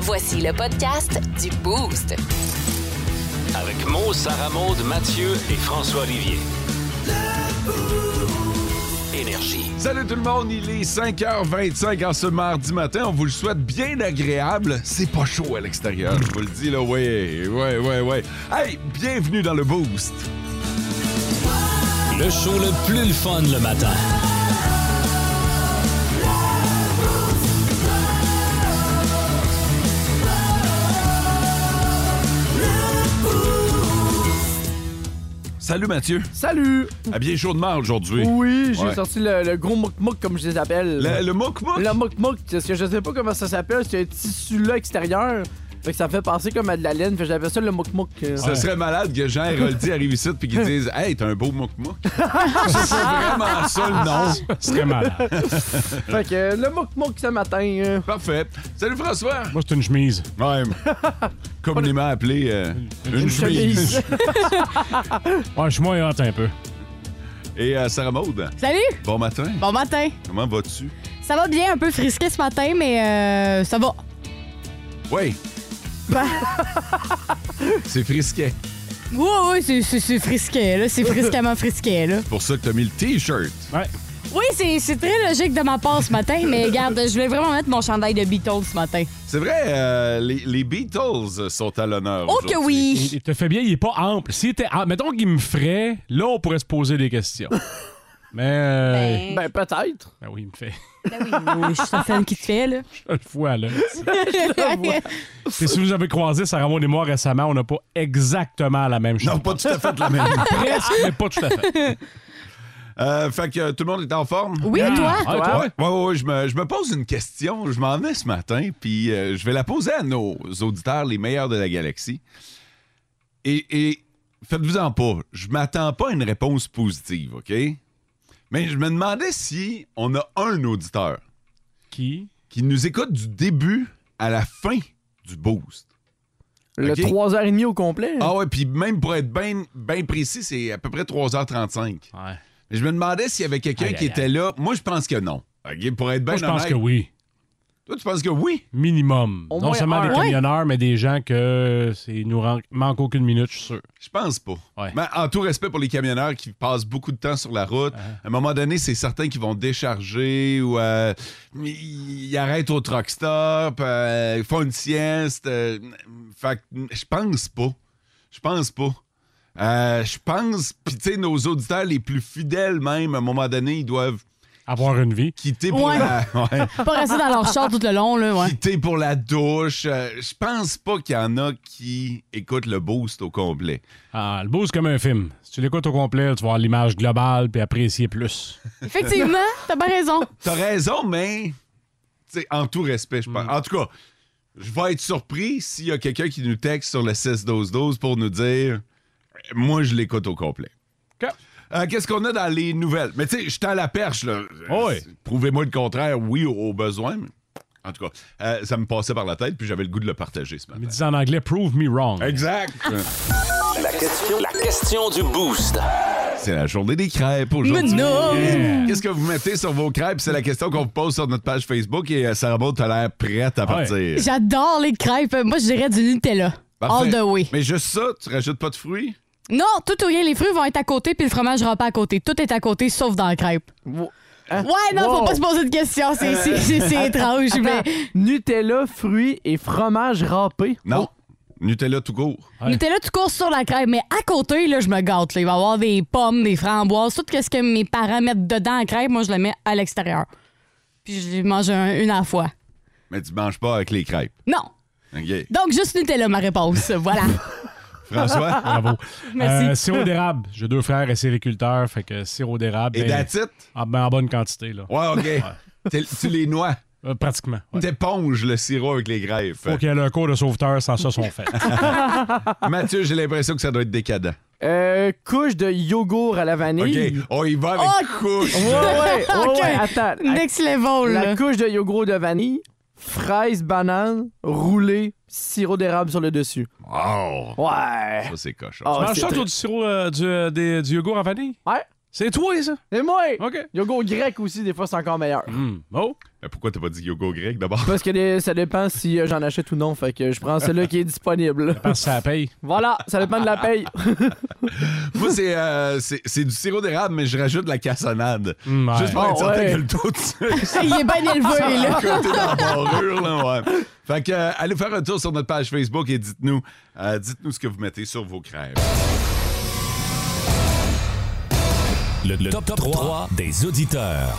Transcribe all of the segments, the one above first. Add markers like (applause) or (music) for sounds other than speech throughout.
Voici le podcast du Boost. Avec Mo, Sarah Maud, Mathieu et François Olivier. Énergie. Salut tout le monde, il est 5h25 en ce mardi matin. On vous le souhaite bien agréable. C'est pas chaud à l'extérieur, je vous le dis là, ouais, ouais, ouais, ouais. Hey, bienvenue dans le Boost. Le show le plus le fun le matin. Salut Mathieu. Salut! Ah, bien chaud de marre aujourd'hui. Oui, j'ai Ouais. sorti le, le gros mouk-mouk, comme je les appelle. Le, le mouk mouk? Le mouk-mouk, parce que je sais pas comment ça s'appelle, c'est un tissu-là extérieur. Fait que ça fait penser comme à de la laine, fait que j'appelle ça le mouk-mouk. euh. Ce serait malade que Jean Héroldi arrive ici (laughs) puis qu'il dise Hey, t'as un beau mouk mouk. C'est vraiment ça le (laughs) nom. C'est très malade. Ah! Fait que euh, le mouk-mouk ce matin. euh. Parfait. Salut François. Moi, c'est une chemise. Ouais. Communément appelé euh, une chemise. Ouais, je suis moins hot un peu. Et euh, Sarah Maud, (laughs) Salut! bon matin. Bon matin! Comment vas-tu? Ça va bien, un peu frisqué ce matin, mais euh, ça (laughs) va. Oui. (laughs) C'est frisquet. Oui, oui, c'est- c'est c'est frisqué, là. C'est frisquement frisqué, là. C'est pour ça que t'as mis le T-shirt. Ouais. Oui, c'est c'est très logique de ma part ce matin, mais regarde, je voulais vraiment mettre mon chandail de Beatles ce matin. C'est vrai, euh, les, les Beatles sont à l'honneur. Oh que aujourd'hui. oui! Il, il te fait bien, il est pas ample. S'il était ample, mettons qu'il me ferait, là, on pourrait se poser des (laughs) questions. Mais. euh, ben... Ben peut-être. oui, il me fait. (laughs) Oui, je suis la fan qui te (laughs) fait, là. Je le vois, là. Et si vous avez croisé Sarah Maud et moi récemment, on n'a pas exactement la même chose. Non, pas tout à fait (laughs) la même. Presque, mais pas tout à (laughs) fait. Euh, fait que euh, tout le monde est en forme? Oui, et toi? Ah, toi? Ouais, ouais, ouais, je, me, je me pose une question. Je m'en ai ce matin, puis euh, je vais la poser à nos auditeurs, les meilleurs de la galaxie. Et, et faites-vous-en pas, je m'attends pas à une réponse positive, OK? Mais je me demandais si on a un auditeur Qui? qui nous écoute du début à la fin du boost. Le Ok. 3h30 au complet. Ah ouais, puis même pour être bien ben précis, c'est à peu près 3h35. Ouais. Mais je me demandais s'il y avait quelqu'un Aïe, qui aïe, était là. Moi, je pense que non. OK, pour être bien Moi, je pense Ben honnête. que oui. Toi, tu penses que oui? Minimum. Au non moins seulement un. des Ouais. camionneurs, mais des gens que c'est nous ran- manque aucune minute, je suis sûr. Je pense pas. Ouais. Mais en tout respect pour les camionneurs qui passent beaucoup de temps sur la route, Uh-huh. à un moment donné, c'est certains qui vont décharger ou euh, ils ils arrêtent au truck stop, euh, ils font une sieste. euh, fait que je pense pas. Je pense pas. Euh, je pense, puis tu sais, nos auditeurs les plus fidèles même, à un moment donné, ils doivent Avoir une vie. quitter pour (laughs) Ouais. la... (laughs) Ouais. Pas rester dans (laughs) leur char tout le long, là, ouais. quitter pour la douche. Euh, je pense pas qu'il y en a qui écoutent le boost au complet. Ah, le beau, c'est comme un film. Si tu l'écoutes au complet, tu vas avoir l'image globale puis apprécier plus. Effectivement, (laughs) t'as bien raison. T'as raison, mais hein? tu sais, en tout respect, je Mm. pense. En tout cas, je vais être surpris s'il y a quelqu'un qui nous texte sur le 16-12-12 pour nous dire Moi, je l'écoute au complet. OK. Euh, Qu'est-ce qu'on a dans les nouvelles? Mais tu sais, je tends la perche, là. Oh oui. Prouvez-moi le contraire, oui, au, au besoin. mais- En tout cas, euh, ça me passait par la tête, puis j'avais le goût de le partager ce Ils matin. disent en anglais prove me wrong. Exact! Ah! La question, la question du boost. C'est la journée des crêpes aujourd'hui. Mais non! Yeah. Qu'est-ce que vous mettez sur vos crêpes? C'est la question qu'on vous pose sur notre page Facebook et euh, Sarah Baud, t'as l'air prête Ah à partir. J'adore les crêpes. Moi, je dirais du Nutella. Parfait. All the way. Mais juste ça, tu rajoutes pas de fruits? Non, tout ou rien, les fruits vont être à côté, puis le fromage repas à côté. Tout est à côté, sauf dans la crêpe. Wo- hein? Ouais, non, Wow. faut pas se poser de questions. C'est, c'est, c'est- c'est étrange, mais Nutella, fruits et fromage râpé. Non. Nutella tout court. Ouais. Nutella, tu courses sur la crêpe, mais à côté, là, je me gâte. là. Il va y avoir des pommes, des framboises, tout ce que mes parents mettent dedans la crêpe, moi, je le mets à l'extérieur. Puis je les mange un- une à la fois. Mais tu manges pas avec les crêpes. Non. OK. Donc, juste Nutella, ma (laughs) réponse. Voilà. (laughs) François? Bravo. Merci. Euh, sirop d'érable. J'ai deux frères et sériculteurs, fait que sirop d'érable. et ben, that's it? en, ben, en bonne quantité, là. Ouais, OK. T'es- tu les noies. Euh, pratiquement. ouais. T'éponges le sirop avec les crêpes. Faut qu'il y ait un cours de sauveteur, sans ça, sont Ah, faits. (laughs) Mathieu, j'ai l'impression que ça doit être décadent. Euh, couche de yogourt à la OK. vanille. On y va avec Oh! couche. Ouais, ouais, ouais, (laughs) Ok. ouais, attends. Next level, La là. couche de yogourt de vanille, fraise, banane, roulé, sirop d'érable sur le dessus. Oh! Ouais. Ça, c'est cochon. Ah, Mange c'est ça, très- toi, du sirop, euh, du, euh, des- du yogourt à vanille? Ouais. C'est toi, ça? Et moi! OK. Yogourt grec aussi, des fois, c'est encore meilleur. Hmm. Oh! Ben, pourquoi t'as pas dit yoga grec d'abord? Parce que les- ça dépend si euh, j'en achète ou non. Fait que je prends celui qui est disponible. Parce que ça paye. voilà, ça dépend de la paye. (laughs) Moi, c'est, euh, c'est, c'est du sirop d'érable, mais je rajoute de la cassonade. Hmm, ouais. Juste pour être Oh, certain ouais. que le taux de sucre Ah, Il est bien (laughs) élevé, là. côté dans la barrure, là, ouais. Fait que, euh, allez faire un tour sur notre page Facebook et dites-nous, euh, dites-nous ce que vous mettez sur vos crèmes. Le, le top, 3, des auditeurs.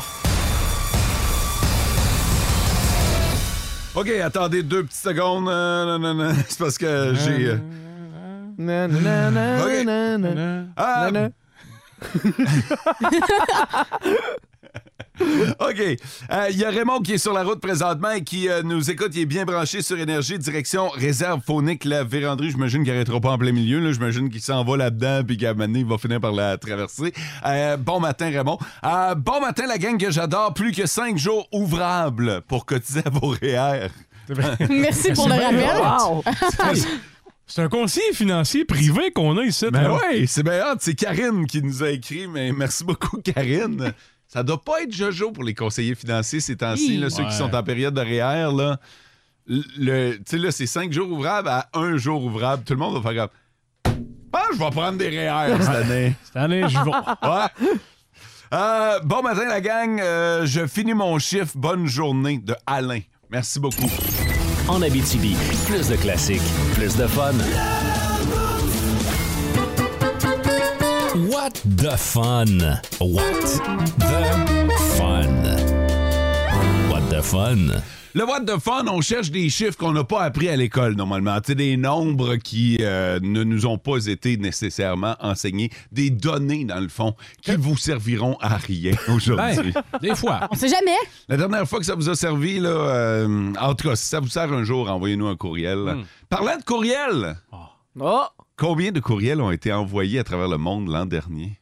OK, attendez deux petites secondes. Euh, non, non, non, (laughs) c'est parce que j'ai... euh, Na, na, na, na, Ok. na, na, na, ah, na. (laughs) OK. Euh, Il y a Raymond qui est sur la route présentement et qui euh, nous écoute. Il est bien branché sur Énergie, direction réserve phonique, la véranderie. J'imagine qu'il n'arrêtera pas en plein milieu. là. J'imagine qu'il s'en va là-dedans puis qu'à un moment donné, il va finir par la traverser. Euh, bon matin, Raymond. Euh, bon matin, la gang que j'adore. Plus que cinq jours ouvrables pour cotiser à vos E REER. (laughs) (laughs) Merci pour le bien rappel. hot. Wow! (laughs) C'est un conseiller financier privé qu'on a ici. Ben là. ouais, c'est bien hâte. C'est Karine qui nous a écrit, mais merci beaucoup, (laughs) Karine. Ça doit pas être Jojo pour les conseillers financiers ces temps-ci, Hi. là, ceux Ouais. qui sont en période de REER. Là, le, tu sais, là, c'est cinq jours ouvrables à un jour ouvrable. Tout le monde va faire comme Ah, je vais prendre des REER cette année. (laughs) Cette année, je vais. (laughs) Ouais. Euh, bon matin, la gang. Euh, je finis mon chiffre. Bonne journée de Alain. Merci beaucoup. En Abitibi, plus de classiques, plus de fun. What the fun? What the fun? What the fun? Le What the Fun, on cherche des chiffres qu'on n'a pas appris à l'école normalement. Tu sais, des nombres qui euh, ne nous ont pas été nécessairement enseignés, des données dans le fond, qui vous serviront à rien aujourd'hui. Ben, des fois. On sait jamais. La dernière fois que ça vous a servi, là, euh, en tout cas, si ça vous sert un jour, envoyez-nous un courriel. Parlant de courriel, Oh! combien de courriels ont été envoyés à travers le monde l'an dernier?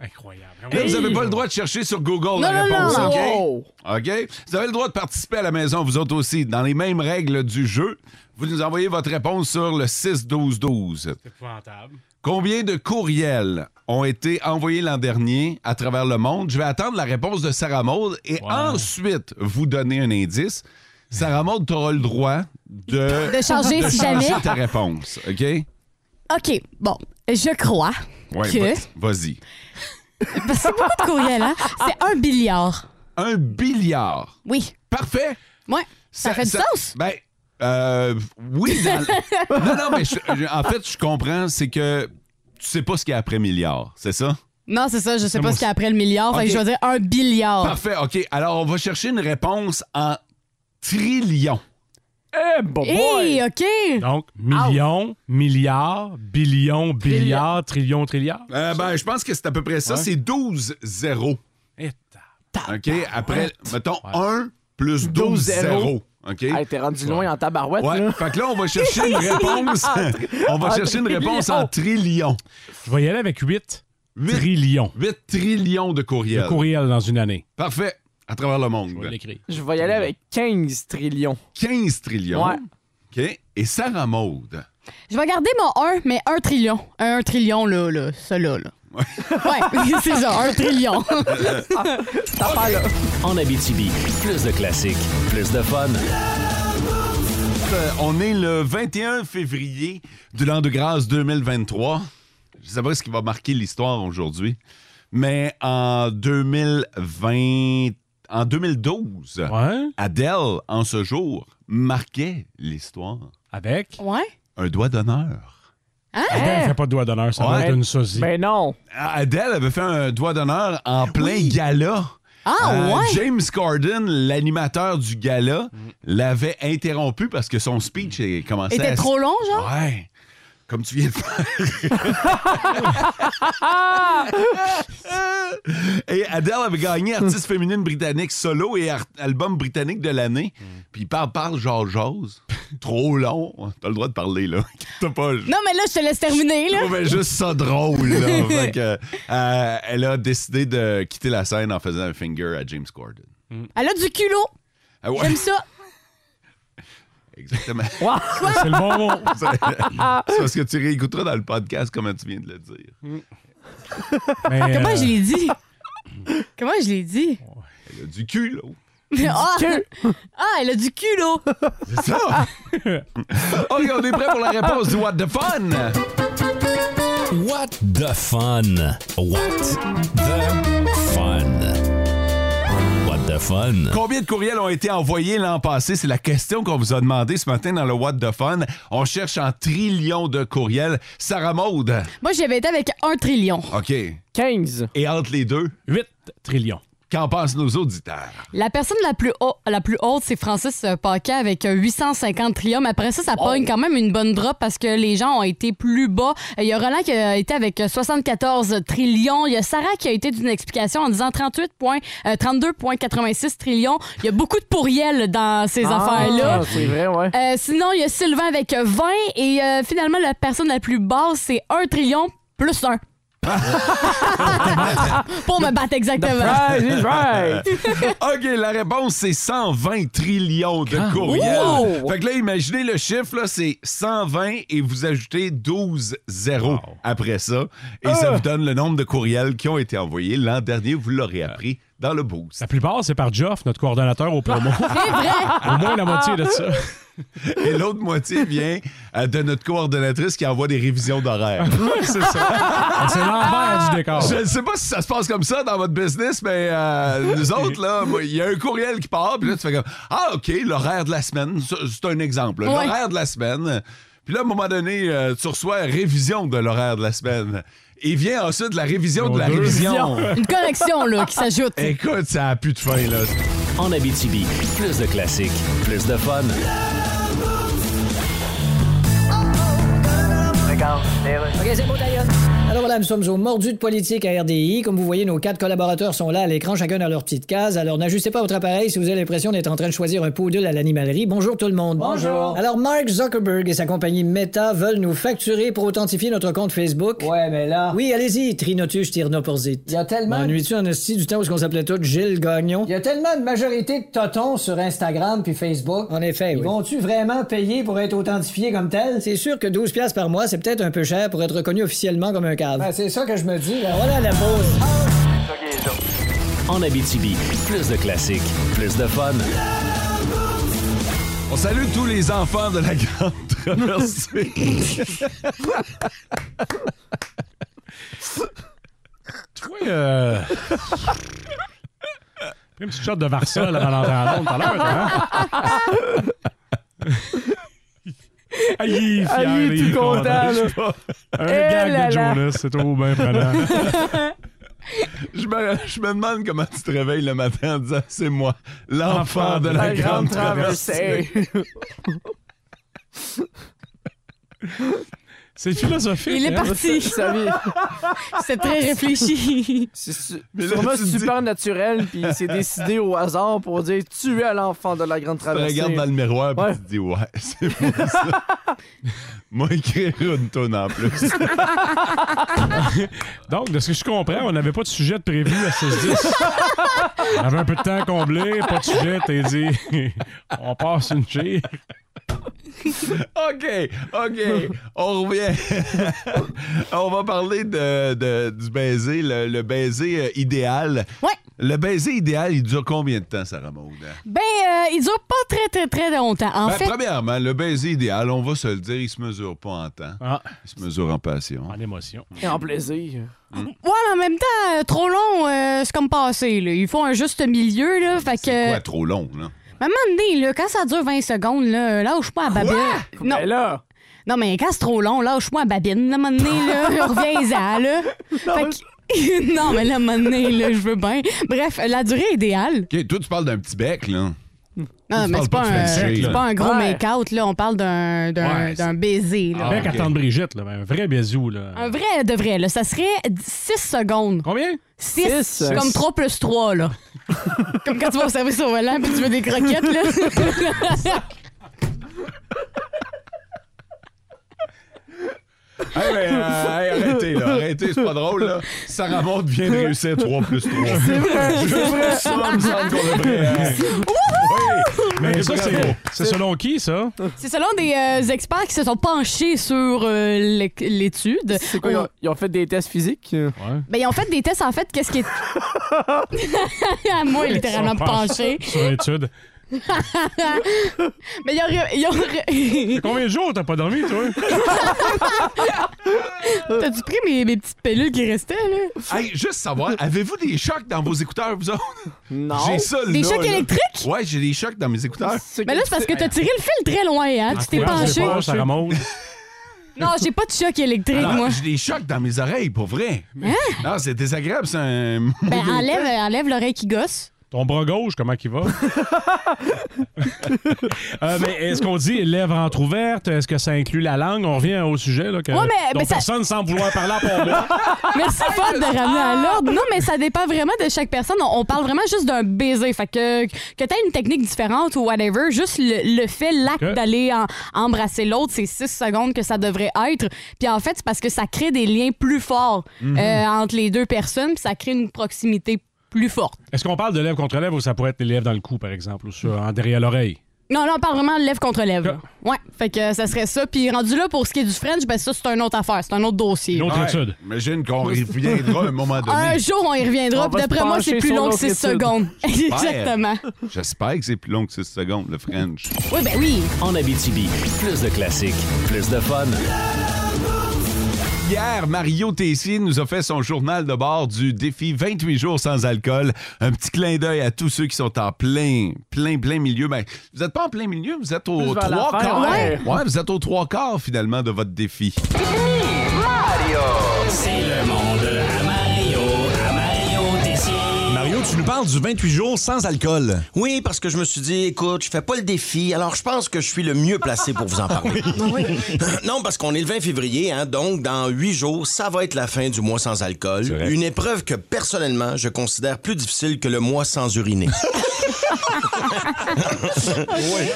Incroyable. Là, vous n'avez pas le droit de chercher sur Google la Non, non, réponse, non. OK? Oh! OK? Vous avez le droit de participer à la maison, vous autres aussi, dans les mêmes règles du jeu. Vous nous envoyez votre réponse sur le 6-12-12. C'est épouvantable. Combien de courriels ont été envoyés l'an dernier à travers le monde? Je vais attendre la réponse de Sarah Maud et ensuite vous donner un indice. Sarah Maud, tu le droit de, De changer de si changer jamais. ta réponse. OK? OK, bon, je crois Ouais, bah. que. va- Vas-y. (laughs) Parce que c'est beaucoup de courriel, hein? C'est un milliard. Un milliard. Oui. Parfait! Ouais. Ça, fait du sens. Ben, euh, oui. (laughs) dans- non, non, mais je- je- en fait, je comprends, c'est que tu sais pas ce qu'il y a après milliard, c'est ça? Non, c'est ça, je sais pas moi ce qu'il y a après le milliard. Fait que Ok. je vais dire un Ah. billiard. Parfait, OK. Alors, on va chercher une réponse en trillion. Eh, bon Hé, boy! OK. Donc, millions, milliards, billions, billiards, trillions, trilliards. Euh, ben, je pense que c'est à peu près ça. Ouais. C'est 12 zéros. Et ta- OK? Après, mettons, Ouais. 1 plus 12 zéros. zéros. OK? Hey, t'es rendu loin en tabarouette, Ouais, là. fait que là, on va (laughs) chercher une réponse. on va en chercher une réponse (laughs) en trillion. Je vais y aller avec 8 8, trillions 8 trillions de de courriels. courriels dans une année. Parfait. À travers le monde. Je vais l'écrire. Je vais y aller avec 15 trillions. 15 trillions. Ouais. OK. Et Sarah Maude. Je vais garder mon 1, mais un trillion. Un trillion, là, là, ça là. là. Ouais, (laughs) (laughs) c'est ça, un (laughs) (laughs) trillion. En Abitibi, plus de classiques, plus de fun. Euh, on est le 21 février de l'an de grâce 2023. Je sais pas ce qui va marquer l'histoire aujourd'hui, mais en 2020, en 2012, Ouais. Adèle, en ce jour, marquait l'histoire. Avec. ouais. Un doigt d'honneur. Hein? Adèle fait pas de doigt d'honneur, ça doit Ouais. être une sosie. Ben non! Ah, Adèle avait fait un doigt d'honneur en plein gala. Ah, Euh, ouais. James Corden, l'animateur du gala, l'avait interrompu parce que son speech est- commençait Était à- trop long, genre? Ouais. Comme tu viens de faire. et Adele avait gagné artiste féminine britannique solo et ar- album britannique de l'année. Mm. Puis il parle, parle, genre, jase. Trop long. T'as le droit de parler, là. (laughs) T'as pas. Non, mais là, je te laisse terminer, (laughs) Je là. trouvais ben, juste ça (laughs) drôle. là. Fait que, euh, elle a décidé de quitter la scène en faisant un finger à James Corden. Elle a du culot. Ah ouais, Mm. (laughs) J'aime ça. (laughs) Exactement. (laughs) Ah, C'est le bon mot. (laughs) C'est parce que tu réécouteras dans le podcast comment tu viens de le dire. Mais, Comment euh, je l'ai dit? Comment je l'ai dit? Elle a du cul, là. Ah! Ah, elle a du cul, là! (laughs) C'est ça. OK, on est prêt pour la réponse du What the Fun. What the fun? What the fun? What the fun? Combien de courriels ont été envoyés l'an passé? C'est la question qu'on vous a demandé ce matin dans le What the Fun. On cherche en trillions de courriels. Sarah Maude. Moi, j'avais été avec un trillion. OK. 15. Et entre les deux, 8 trillions. qu'en pensent nos auditeurs? La personne la plus, haut- la plus haute, c'est Francis euh, Paquet avec euh, 850 triomes. Après ça, ça Oh. pogne quand même une bonne drop parce que les gens ont été plus bas. Euh, Il y a Roland qui a été avec euh, 74 trillions. Il y a Sarah qui a été d'une explication en disant 38 point- euh, 32,86 trillions. Il y a beaucoup de pourriels dans ces affaires-là. Ah, C'est vrai, ouais. Euh, sinon, il y a Sylvain avec euh, 20 et euh, finalement, la personne la plus basse, c'est 1 trillion plus (laughs) 1. (laughs) Pour me battre exactement. Right, it's right. (laughs) OK, la réponse, c'est 120 trillions Ah, de courriels. Wow! Fait que là, imaginez le chiffre, là, c'est 120 et vous ajoutez 12 zéros après ça. Et Ah. ça vous donne le nombre de courriels qui ont été envoyés l'an dernier. Vous Ah. l'aurez appris dans le boost. La plupart, c'est par Geoff, notre coordonnateur au (laughs) promo. au moins la moitié de (laughs) ça. (laughs) Et l'autre moitié vient euh, de notre coordonnatrice qui envoie des révisions d'horaire. Ah. c'est ça. Ah, C'est l'envers du décor. Je ne sais pas si ça se passe comme ça dans votre business, mais (laughs) euh, nous autres, là, moi, il y a un courriel qui part, puis là, tu fais comme Ah, OK, l'horaire de la semaine. Ça, C'est un exemple. là. Ouais. L'horaire de la semaine. Puis là, à un moment donné, euh, tu reçois révision de l'horaire de la semaine. Et vient ensuite la révision de la deux. (laughs) révision. Une correction là, qui s'ajoute. Ah, Écoute, ça a plus de fin, là. En Abitibi, plus de classiques, plus de fun. Alors voilà, nous sommes au mordu de politique à RDI. Comme vous voyez, nos quatre collaborateurs sont là à l'écran, chacun dans leur petite case. Alors n'ajustez pas votre appareil si vous avez l'impression d'être en train de choisir un poodle à l'animalerie. Bonjour tout le monde. Bonjour. Alors Mark Zuckerberg et sa compagnie Meta veulent nous facturer pour authentifier notre compte Facebook. Ouais, mais là. Oui, allez-y, Trinotus Tirnoporzit. Il y a tellement. M'ennuies-tu en hostie du temps où on s'appelait tous Gilles Gagnon? Il y a tellement de majorité de totons sur Instagram puis Facebook. En effet, oui. Vont-tu vraiment payer pour être authentifiés comme tel? C'est sûr que 12 piastres par mois, c'est peut-être un peu cher pour être reconnu officiellement comme un cave. Ben, c'est ça que je me dis. Voilà la (laughs) pause. En Abitibi, plus de classiques, plus de fun. On salue tous les enfants de la grande traversée. (laughs) Toi, euh... (laughs) Pris une petite shot de Varsol avant d'entrer en Londres tout à l'heure, toi, (laughs) hein? Ah, il est fier, Ah, lui, il est tout content, là. Un Eh gag là de là. Jonas, c'est trop bien prenant. (laughs) Je me, je me demande comment tu te réveilles le matin en disant c'est moi, l'enfant de la, grande, traversée. C'est philosophique. Il est hein? (laughs) parti. Ça vient- C'est très réfléchi. C'est su- Mais là, sûrement tu te dis- super naturel, puis c'est décidé au hasard pour dire tu es l'enfant de la grande Tu te traversée. regardes dans le miroir puis Ouais. tu te dis ouais, (laughs) c'est moi ça. moi écrire une tonne en (laughs) plus. Donc, de ce que je comprends, on n'avait pas de sujet de prévu à 6-10. On avait un peu de temps à combler, pas de sujet, t'es dit, (laughs) on passe une chire. OK, OK, on revient. (laughs) on va parler de, de- du baiser, le, le baiser euh, idéal. Ouais. Le baiser idéal, il dure combien de temps, Sarah Maud? Ben, euh, il dure pas très, très, très longtemps. En Ben, fait, Premièrement, le baiser idéal, on va se le dire, il se mesure pas en temps. Ah, Il se mesure en passion. en émotion. (laughs) Et en plaisir. ouais, en même temps, euh, trop long, euh, c'est comme passé. Là. Il faut un juste milieu. Là, fait C'est que, quoi, trop long, là? à un moment donné, là, quand ça dure 20 secondes, là, lâche pas à babine. Non, Mais là, non, mais quand c'est trop long, lâche-moi à babine. Là, à un moment donné, (laughs) là, reviens-en. Là. Fait que- (laughs) non, mais là, à un moment donné, là, je veux bien. Bref, la durée idéale. OK, toi, tu parles d'un petit bec, là. Non, Tu mais parles c'est pas pas, du un- handshake, là. c'est pas un gros Ouais. make-out. Là. On parle d'un, d'un, Ouais, Ah, d'un baiser. Là. Avec ok. attendre Brigitte, là, ben, un vrai bisou. Là. Un vrai de vrai, là, ça serait 6 secondes. Combien? 6, Six. comme 3 plus 3, là. comme quand tu vas au service au volant puis tu veux des croquettes, là. (laughs) Hey, mais, euh, hey, arrêtez, là. Arrêtez, c'est pas drôle, là. Sarah Maud vient (laughs) de réussir 3 plus 3. C'est vrai, c'est vrai. Ça me semble qu'on devrait. euh, oui, Mais ça, c'est c'est selon qui, ça? C'est selon des euh, experts qui se sont penchés sur euh, l'é- l'étude. C'est quoi, ils ont, ils ont fait des tests physiques? Ben, ils ont fait des tests, en fait, qu'est-ce qui est... à moi, littéralement penché. Sur l'étude. (laughs) Mais ils ont... re- Ils ont re- Combien de jours t'as pas dormi, toi? T'as-tu pris mes, mes petites pellules qui restaient, là? Hey, juste savoir, avez-vous des chocs dans vos écouteurs, vous autres? Non. J'ai ça, Des là, chocs là. électriques? Ouais, j'ai des chocs dans mes écouteurs. Mais là, c'est parce que t'as tiré le fil très loin, hein? Ah, Tu t'es Courage, penché. c'est pas, Ça remonte. Non, j'ai pas de choc électrique, (laughs) Non, moi. Ah, Hein? J'ai des chocs dans mes oreilles, pour vrai. Non, c'est désagréable, c'est un... Ben, enlève, enlève l'oreille qui gosse. Ton bras gauche, comment qu'il Ah, va? (laughs) Euh, mais est-ce qu'on dit lèvres entrouvertes? Est-ce que ça inclut la langue? On revient au sujet. Là, que, Ouais, mais- dont mais ça- personne semble vouloir parler à part moi. (laughs) (laughs) Merci, Fod, de ramener Ah! à l'ordre. Non, mais ça dépend vraiment de chaque personne. On, on parle vraiment juste d'un baiser. Fait que, que t'as une technique différente ou whatever, juste le, le fait, l'acte Ok. d'aller en- embrasser l'autre, c'est six secondes que ça devrait être. Puis en fait, c'est parce que ça crée des liens plus forts Mhm. euh, entre les deux personnes, puis ça crée une proximité plus forte. Est-ce qu'on parle de lèvres contre lèvres ou ça pourrait être les lèvres dans le cou, par exemple, ou sur- en derrière l'oreille? Non, là, on parle vraiment de lèvre contre lèvre. Ouais, fait que ça serait ça. Puis rendu là, pour ce qui est du French, ben ça, c'est une autre affaire, c'est un autre dossier. Une autre Ouais, étude. Imagine (laughs) qu'on reviendra à un moment Un donné. jour, on y reviendra. On puis va se Ah, D'après moi, c'est pencher plus sur long que notre 6 étude. (laughs) secondes. (laughs) Exactement. J'espère que c'est plus long que 6 secondes, le French. Oui, ben oui. En Abitibi, plus de classiques, plus de fun. Hier, Mario Tessier nous a fait son journal de bord du défi 28 jours sans alcool. Un petit clin d'œil à tous ceux qui sont en plein, plein, plein milieu. Ben, vous n'êtes pas en plein milieu, vous êtes aux Plus vers trois la fin, quarts. ouais. Ouais, vous êtes aux trois quarts finalement de votre défi. C'est le monde à Mario, à Mario Mario, tu nous parles du 28 jours sans alcool. Oui, parce que je me suis dit, écoute, je fais pas le défi, alors je pense que je suis le mieux placé pour vous Ah, en (laughs) bah parler. Ah, (clears throat) non, parce qu'on est le 20 février, hein, donc dans huit jours, ça va être la fin du mois sans alcool. Une épreuve que personnellement, je considère plus difficile que le mois sans (laughs) uriner. (laughs)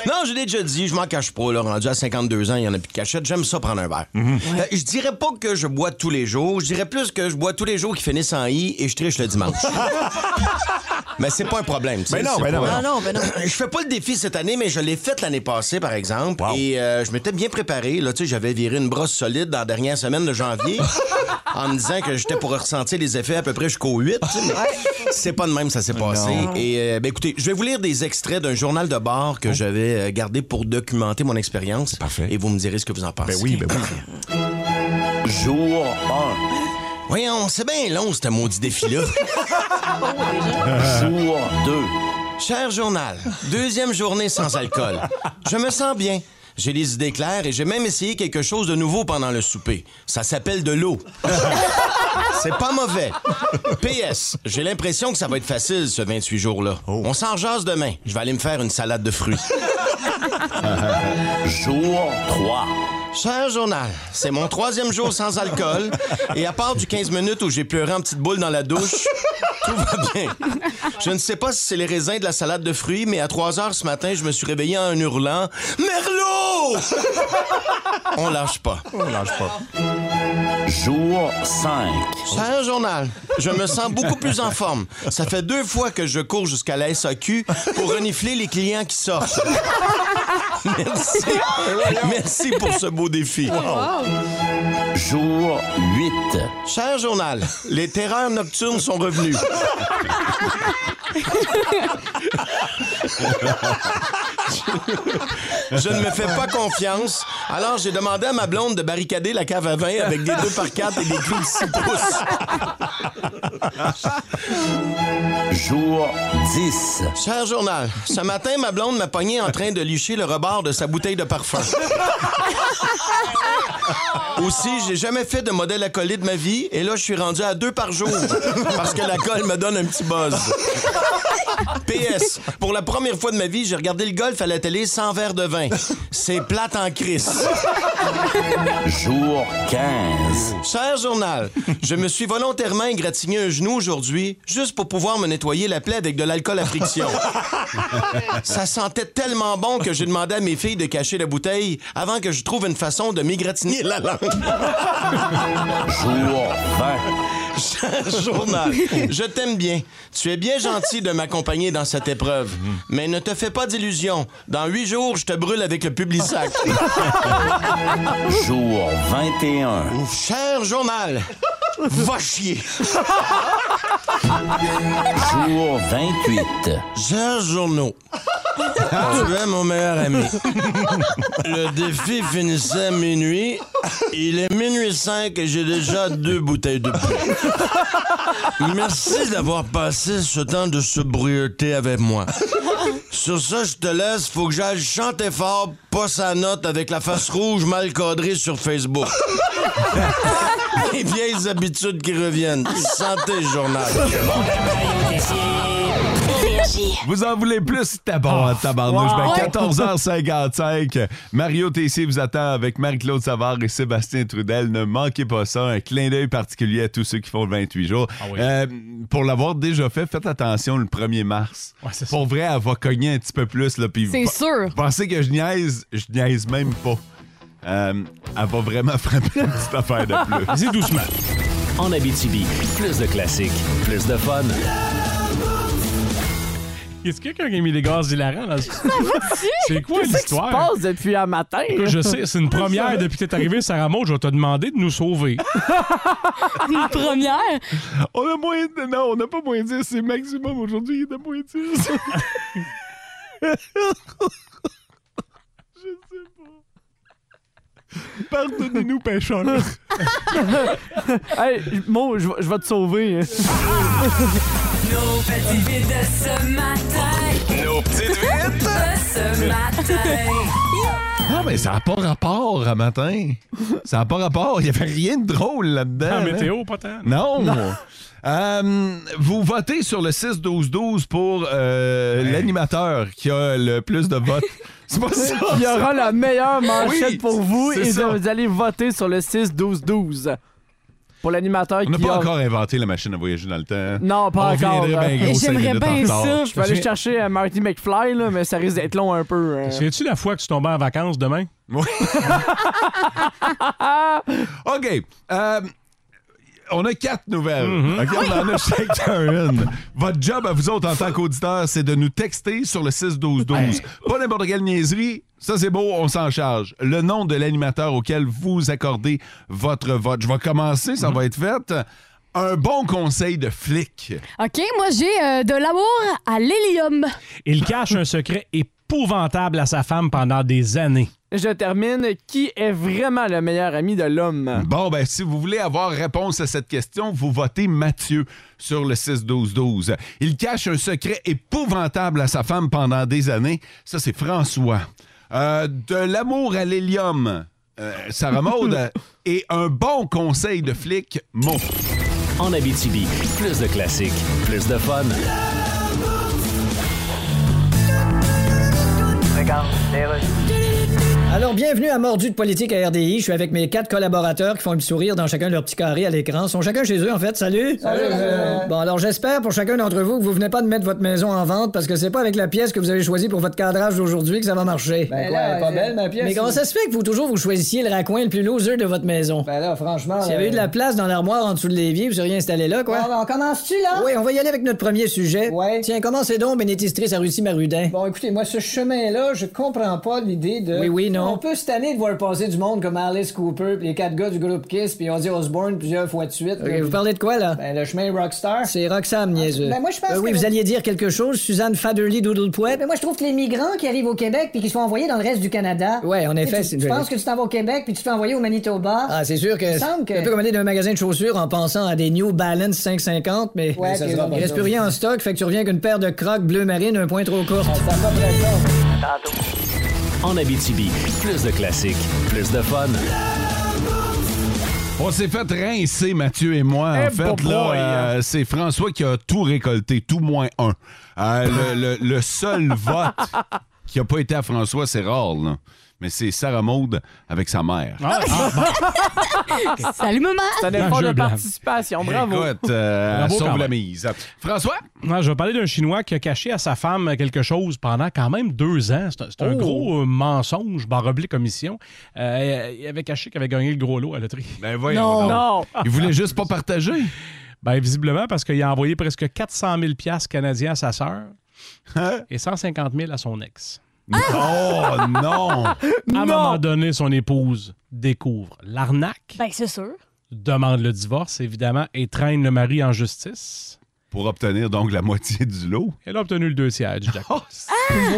Non, je l'ai déjà dit, je m'en cache pas. Là, rendu à 52 ans, il y en a plus de cachette. J'aime ça prendre un verre. Mhm. Euh, je dirais pas que je bois tous les jours. Je dirais plus que je bois tous les jours qui finissent en i et je triche (laughs) le dimanche. mais c'est pas un problème. tu sais, Ben non, c'est ben non, pas- ben Euh, Je fais pas le défi cette année, mais je l'ai fait l'année passée, par exemple. Et euh, je m'étais bien préparé. Là, tu sais, j'avais viré une brosse solide dans la dernière semaine de (laughs) janvier en me disant que j'étais pour ressentir les effets à peu près jusqu'au 8. tu sais, mais C'est pas de même ça s'est passé. Et euh, ben, écoutez, je vais vous lire des extraits d'un journal de bord que j'avais euh, gardé pour documenter mon expérience. Parfait. Et vous me direz ce que vous en pensez. Ben oui, ben oui. Jour 1. Voyons, c'est bien long, ce maudit défi-là. Jour 2. Cher journal, deuxième journée sans alcool. Je me sens bien. J'ai les idées claires et j'ai même essayé quelque chose de nouveau pendant le souper. Ça s'appelle de l'eau. C'est pas mauvais. PS, j'ai l'impression que ça va être facile ce 28 jours-là. On s'en jase demain. Je vais aller me faire une salade de fruits. Jour 3. Cher journal, c'est mon troisième jour sans alcool et à part du 15 minutes où j'ai pleuré en petite boule dans la douche, tout va bien. Je ne sais pas si c'est les raisins de la salade de fruits, mais à 3 heures ce matin, je me suis réveillé en hurlant « (laughs) Merlot! » On lâche pas. Jour 5. C'est un (laughs) journal. Je me sens beaucoup plus en forme. Ça fait deux fois que je cours jusqu'à la SAQ pour renifler les clients qui (laughs) sortent. Merci. Merci pour ce beau défi. (laughs) Jour 8. Cher journal, les terreurs nocturnes sont revenues. Je ne me fais pas confiance, alors j'ai demandé à ma blonde de barricader la cave à vin avec des 2 par 4 et des clous de 6 pouces. Jour 10. Cher journal, ce matin, ma blonde m'a pogné en train de licher le rebord de sa bouteille de parfum. Aussi, j'ai jamais fait de modèle à coller de ma vie, et là, je suis rendu à deux par jour, parce que la colle me donne un petit buzz. PS, pour la première fois de ma vie, j'ai regardé le golf à la télé sans verre de vin. C'est plate en crise. Jour 15. Cher journal, je me suis volontairement main gratigné un genou aujourd'hui juste pour pouvoir me nettoyer la plaie avec de l'alcool à friction. ça sentait tellement bon que j'ai demandé à mes filles de cacher la bouteille avant que je trouve une façon de m'égratigner la langue. (laughs) Journal. Je t'aime bien. Tu es bien gentil de m'accompagner dans cette épreuve. Mais ne te fais pas d'illusions. Dans huit jours, je te brûle avec le public sac. Jour 21. Cher journal, va chier. Jour 28. Cher journaux, tu es mon meilleur ami. Le défi finissait à minuit. Il est minuit 5 et j'ai déjà deux bouteilles de plus. Merci d'avoir passé ce temps de sobriété avec moi. Sur ça, je te laisse. Faut que j'aille chanter fort, pas sa note avec la face rouge mal cadrée sur Facebook. Les vieilles habitudes qui reviennent. Santé, journal. Vous en voulez plus? T'as bon, Oh, tabarnouche. wow. Ben, Ouais. 14h55. Mario Tessier vous attend avec Marie-Claude Savard et Sébastien Trudel. Ne manquez pas ça. Un clin d'œil particulier à tous ceux qui font le 28 jours. Ah oui. Euh, pour l'avoir déjà fait, faites attention le 1er mars. Ouais, c'est ça. pour vrai, elle va cogner un petit peu plus. Là, puis C'est vous pe- sûr. vous Pensez que je niaise, je niaise même pas. Euh, elle va vraiment (laughs) frapper une petite affaire de plus. Vas-y doucement. En Abitibi, plus de classiques, plus de fun. Est-ce que quelqu'un qui a mis des gaz hilarants là? C'est quoi Qu'est-ce qui se l'histoire? passe depuis un matin? Écoute, Je sais, (laughs) c'est une première depuis que t'es arrivé, Sarah Maud. Je vais te demander de nous sauver. (laughs) Une première. On a moins de- Non, on n'a pas moins 10. C'est maximum aujourd'hui. Il est de moins 10. Je (laughs) sais pas. (laughs) Pardonnez-nous, pêcheurs. (laughs) Hey, Mo, je vais- je vais te sauver. Nos petits vides de ce matin. Nos petites vites! De ce matin. Non, Ah, mais ça n'a pas rapport à matin. Ça n'a pas rapport. Il n'y avait rien de drôle là-dedans. En hein. météo, pas tant. Non. Euh, vous votez sur le 6-12-12 pour euh, l'animateur qui a le plus de votes. (laughs) C'est pas ça. Il y aura la meilleure manchette Oui, pour vous c'est et ça. vous allez voter sur le 6-12-12. Pour l'animateur On n'a qui pas a- encore inventé la machine à voyager dans le temps. Non, pas On encore. viendrait bien là. gros, cinq J'aimerais minutes en bien retard. ça. Je vais aller chercher euh, Marty McFly, là, mais ça risque d'être long un peu. hein. Sais-tu la fois que tu tombais en vacances demain? Oui. (laughs) OK. euh, on a quatre nouvelles. OK, on en a chacun une. Votre job à vous autres en tant qu'auditeur, c'est de nous texter sur le 6-12-12. Pas n'importe quelle niaiserie. Ça, c'est beau, on s'en charge. Le nom de l'animateur auquel vous accordez votre vote. Je vais commencer, ça va être fait. Un bon conseil de flic. OK, moi, j'ai euh, de l'amour à Ah, l'hélium. Il cache un secret épouvantable à sa femme pendant des années. Je termine. Qui est vraiment le meilleur ami de l'homme? Bon, ben, si vous voulez avoir réponse à cette question, vous votez Mathieu sur le 6-12-12. Il cache un secret épouvantable à sa femme pendant des années. Ça, c'est François. Euh, de l'amour à l'hélium, euh, Sarah Maude. et un bon conseil de flic, Mo. En Abitibi, plus de classiques, plus de fun. Alors, bienvenue à Mordu de politique à RDI. Je suis avec mes quatre collaborateurs qui font un petit sourire dans chacun leur petit carré à l'écran. Ils sont chacun chez eux, en fait. Salut! Salut! Bon, alors j'espère pour chacun d'entre vous que vous venez pas de mettre votre maison en vente parce que c'est pas avec la pièce que vous avez choisie pour votre cadrage d'aujourd'hui que ça va marcher. Ben quoi, pas belle, ma pièce. Mais comment ça se fait que vous toujours vous choisissiez le raccoin le plus loser de votre maison? Ben là, franchement... S'il y avait eu de la place dans l'armoire en dessous de l'évier, vous seriez installé là, quoi? on commence-tu, là? Oui, on va y aller avec notre premier sujet. Ouais. Tiens, commencez donc, bénéficiatrice à Russie Marudin. Bon, écoutez, moi, ce chemin-là, je comprends pas l'idée de... Oui, oui, non. On peut cette année de voir passer du monde comme Alice Cooper, puis les quatre gars du groupe Kiss, puis Ozzy Osbourne plusieurs fois de suite. Vous parlez de quoi, là? Ben, le chemin Rockstar. C'est Roxham, niaiseux. Ben, moi, je pense Oui, vous alliez dire quelque chose, Suzanne Faderly Doodlepouet. Ben, moi, je trouve que les migrants qui arrivent au Québec puis qui sont envoyés dans le reste du Canada... Ouais, en effet, c'est Tu penses que tu t'en vas au Québec puis tu te fais envoyer au Manitoba. Ah, c'est sûr que... Il semble que... un peu comme aller d'un magasin de chaussures en pensant à des New Balance 550, mais... Il reste plus rien en stock, fait que tu reviens qu'une paire de crocs bleu marine un point trop courte. En Abitibi, plus de classiques, plus de fun. On s'est fait rincer, Mathieu et moi. Eh, en fait, boy, là, boy, euh, c'est François qui a tout récolté, tout moins un. Euh, le, le- le seul vote qui n'a pas été à François, c'est rare. là. mais c'est Sarah Maud avec sa mère. Ah, (laughs) Salut, maman! C'est un effort de participation, bravo. Écoute, euh, Bravo quand sauve la même. mise. François? Non, je vais parler d'un Chinois qui a caché à sa femme quelque chose pendant quand même deux ans. C'est un, c'est un Oh. gros euh, mensonge, baroblé commission. Euh, il avait caché qu'il avait gagné le gros lot à la loterie. Ben voyons donc. Non, Il voulait juste pas partager. Ben, visiblement, parce qu'il a envoyé presque 400 000 piastres canadiens à sa sœur Hein? et 150 000 à son ex. Oh non! Ah, ah, À un Non. moment donné, son épouse découvre l'arnaque, Ben, c'est sûr. demande le divorce, évidemment, et traîne le mari en justice. Pour obtenir donc la moitié du lot. Oh, Elle a obtenu le deux tiers du jackpot.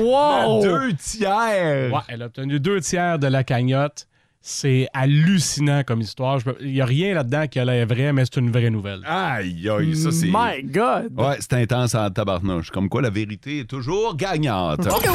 wow! Deux tiers! Ouais, elle a obtenu deux tiers de la cagnotte. C'est hallucinant comme histoire. Je peux- Il n'y a rien là-dedans qui a l'air vrai, mais c'est une vraie nouvelle. Aïe, aïe, ça c'est. My God! Ouais, c'est intense en tabarnouche. Comme quoi, la vérité est toujours gagnante. Oh, ben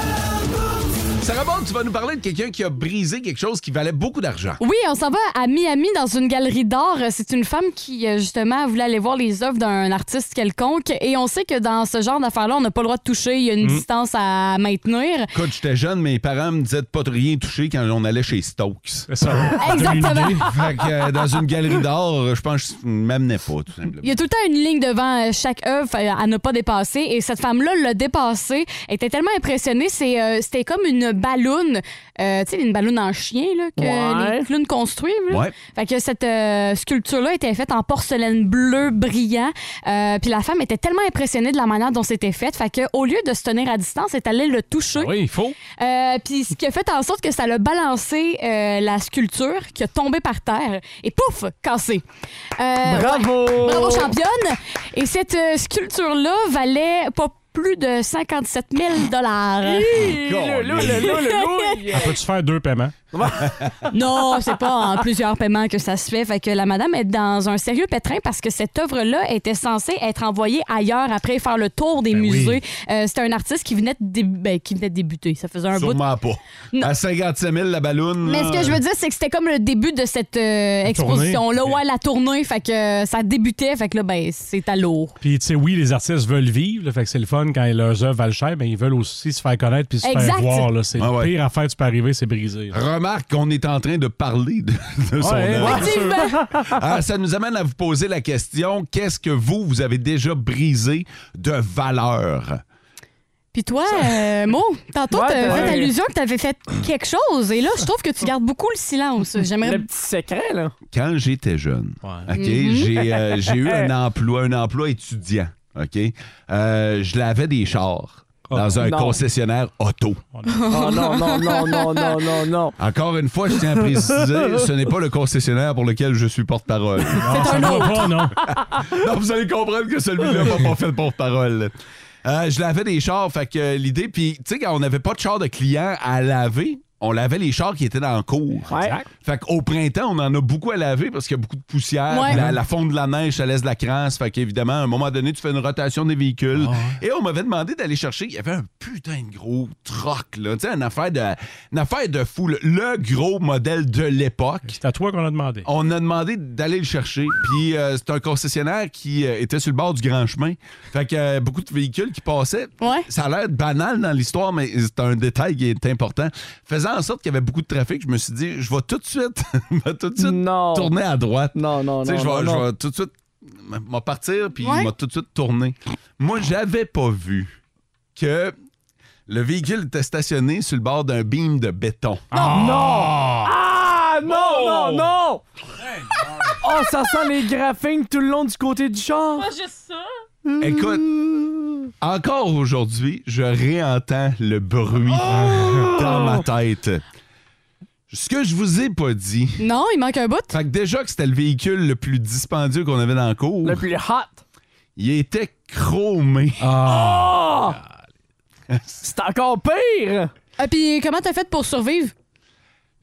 Sarah Bond, tu vas nous parler de quelqu'un qui a brisé quelque chose qui valait beaucoup d'argent. Oui, on s'en va à Miami dans une galerie d'art. Euh, C'est une femme qui, euh, justement, voulait aller voir les œuvres d'un artiste quelconque. Et on sait que dans ce genre d'affaires-là, on n'a pas le droit de toucher. Il y a Mm. une distance à maintenir. Écoute, j'étais jeune, mes parents me disaient de pas de rien toucher quand on allait chez Stokes. C'est ça. Exactement. fait que euh, dans une galerie d'art, je pense que je m'amenais pas, tout Il simplement. y a tout le temps une ligne devant euh, chaque œuvre euh, à ne pas dépasser. Et cette femme-là l'a dépassée. Elle était tellement impressionnée. C'est, euh, c'était comme une balloune. Euh, tu sais, une balloune en chien là, que Ouais. les clowns construisent. là. Ouais. Fait que cette euh, sculpture-là était faite en porcelaine bleue brillant. Euh, Puis la femme était tellement impressionnée de la manière dont c'était fait. Fait que au lieu de se tenir à distance, elle est allée le toucher. Oui, il faut. Euh, Puis ce qui a fait en sorte que ça l'a balancé euh, la sculpture qui a tombé par terre et pouf, cassé. Euh, Bravo! Bravo championne! Et cette euh, sculpture-là valait pas plus de 57 000 Le loup, le loup, le loup. Peux-tu faire deux paiements? Non, c'est pas en plusieurs paiements que ça se fait. Fait que la madame est dans un sérieux pétrin parce que cette œuvre-là était censée être envoyée ailleurs après faire le tour des Ben oui. musées. Euh, C'était un artiste qui venait de, dé- ben, qui venait de débuter. Ça faisait un bout. Sûrement pas. Non. À 55 000, la balloune. Mais là, ce que je veux dire, c'est que c'était comme le début de cette euh, exposition-là. tournée. Ouais, la tournée. Fait que euh, ça débutait. Fait que là, ben, c'est à lourd. Puis, tu sais, oui, les artistes veulent vivre. là, fait que c'est le fun quand leurs œuvres valent cher, mais ils veulent aussi se faire connaître puis se Exact. faire voir. là. C'est Ah ouais. le pire affaire que tu peux arriver, c'est brisé. là. Remarque qu'on est en train de parler de, de son Ouais, œuvre. ouais. Effectivement. (laughs) Ah, ça nous amène à vous poser la question qu'est-ce que vous, vous avez déjà brisé de valeur Puis toi, euh, Mo, tantôt, Ouais, t'as ouais. fait allusion que t'avais fait quelque chose. Et là, je trouve que tu gardes beaucoup le silence. J'aimerais. Le petit secret, là. Quand j'étais jeune, Ouais. OK, j'ai euh, j'ai eu un emploi, un emploi étudiant. OK? Euh, je lavais des chars Oh, dans un non. concessionnaire auto. Oh non, non, non, non, non, non, non. Encore une fois, je tiens (laughs) à préciser, ce n'est pas le concessionnaire pour lequel je suis porte-parole. Non, ça ne va pas, non. non, vous allez comprendre que celui-là m'a pas fait le porte-parole. Euh, je lavais des chars, fait que euh, l'idée, puis tu sais, quand on n'avait pas de char de client à laver, on lavait les chars qui étaient dans le cours. Ouais. Fait qu'au printemps, on en a beaucoup à laver parce qu'il y a beaucoup de poussière. Ouais. La, la fonte de la neige, ça laisse de la crasse. Fait qu'évidemment, à un moment donné, tu fais une rotation des véhicules. Ah Et on m'avait demandé d'aller chercher. Il y avait un putain de gros troc, là. Tu sais, une affaire de, une affaire de fou. là. Le gros modèle de l'époque. C'est à toi qu'on a demandé. On a demandé d'aller le chercher. Puis euh, c'est un concessionnaire qui euh, était sur le bord du grand chemin. Fait que euh, beaucoup de véhicules qui passaient. Ouais. Ça a l'air banal dans l'histoire, mais c'est un détail qui est important. Faisant en sorte qu'il y avait beaucoup de trafic, je me suis dit, je vais tout de suite, (laughs) je vais tout de suite Non. tourner à droite. Non, non, non. Tu sais, je vais- non, non. je vais tout de suite m- m'en partir, puis Ouais. il m'a tout de suite tourné. Moi, j'avais pas vu que le véhicule était stationné sur le bord d'un beam de béton. Ah non, non, non! Oh, ça sent les graphings tout le long du côté du char. Écoute, Mm. encore aujourd'hui, je réentends le bruit dans ma tête. Ce que je vous ai pas dit, Non, il manque un bout. fait que déjà que c'était le véhicule le plus dispendieux qu'on avait dans le cours, Le plus hot. il était chromé. Ah! Oh! C'est encore pire! Ah, puis comment t'as fait pour survivre?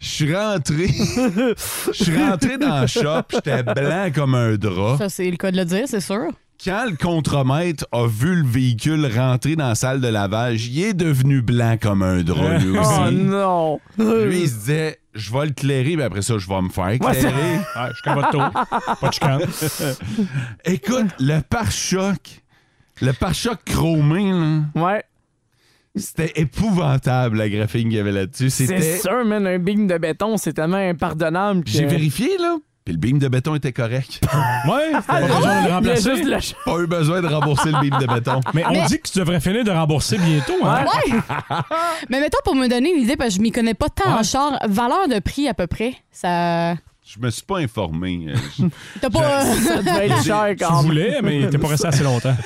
Je suis rentré. Je suis rentré dans le shop, j'étais blanc comme un drap. Ça, c'est le cas de le dire, c'est sûr. Quand le contremaître a vu le véhicule rentrer dans la salle de lavage, il est devenu blanc comme un drap, lui aussi. Oh non! Lui, il se disait, je vais le clairer, mais après ça, je vais me faire éclairer. Ouais, je suis comme votre tour. Pas de chicane. Écoute, le pare-choc, le pare-choc chromé, là, Ouais. C'était épouvantable, la graphine qu'il y avait là-dessus. C'est C'était... sûr, man, un bing de béton, c'est tellement impardonnable. que- J'ai vérifié, là. Puis le beam de béton était correct. Ouais, (laughs) Ah, pas ouais? besoin de Il le y a remplacer. juste le ch- Pas eu besoin de rembourser le beam de béton. Mais on Mais- dit que tu devrais finir de rembourser (laughs) bientôt. Hein? Ouais! Ah. Mais mettons, pour me donner une idée, parce que je m'y connais pas tant en char, valeur de prix à peu près, ça. Je me suis pas informé. euh, T'as pas. Ça devait être cher Tu quand même. voulais, mais t'es pas resté assez (laughs) longtemps.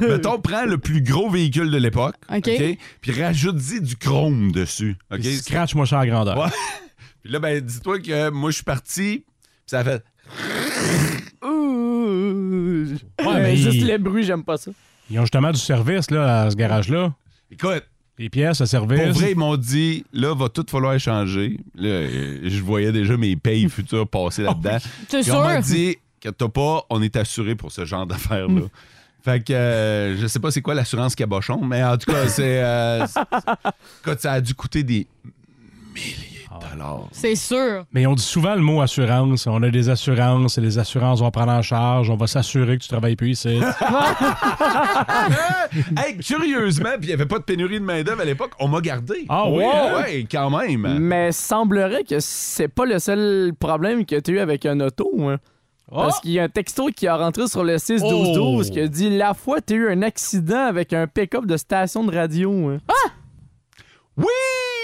Mettons, prends le plus gros véhicule de l'époque. OK. OK? Puis rajoute-y du chrome dessus. OK? Scratch-moi ça à la grandeur. Ouais. Puis là, ben, dis-toi que moi, je suis parti. Puis ça a fait. Ouh. Ouais, Euh, mais Juste ils, le bruit, j'aime pas ça. ils ont justement du service là, à ce garage-là. Écoute, Les pièces, le service. pour vrai, ils m'ont dit, là, va tout falloir changer. Là, euh, je voyais déjà (laughs) mes payes futures passer là-dedans. Oh, T'es Puis on m'a sûr? dit, que t'as pas, on est assuré pour ce genre Hmm. d'affaires-là. Fait que euh, je sais pas c'est quoi l'assurance cabochon, mais en tout (laughs) cas, c'est. euh, c'est- écoute, ça a dû coûter des milliers de dollars. C'est sûr. Mais on dit souvent le mot assurance. On a des assurances et les assurances vont prendre en charge. On va s'assurer que tu travailles plus (laughs) ici. Hey, curieusement, puis il n'y avait pas de pénurie de main-d'œuvre à l'époque, on m'a gardé. Ah oui, hein? Ouais, quand même. Mais semblerait que c'est pas le seul problème que tu as eu avec un auto. hein. Parce qu'il y a un texto qui a rentré sur le 6-12-12 Oh. qui a dit La fois, tu as eu un accident avec un pick-up de station de radio. hein. Oui!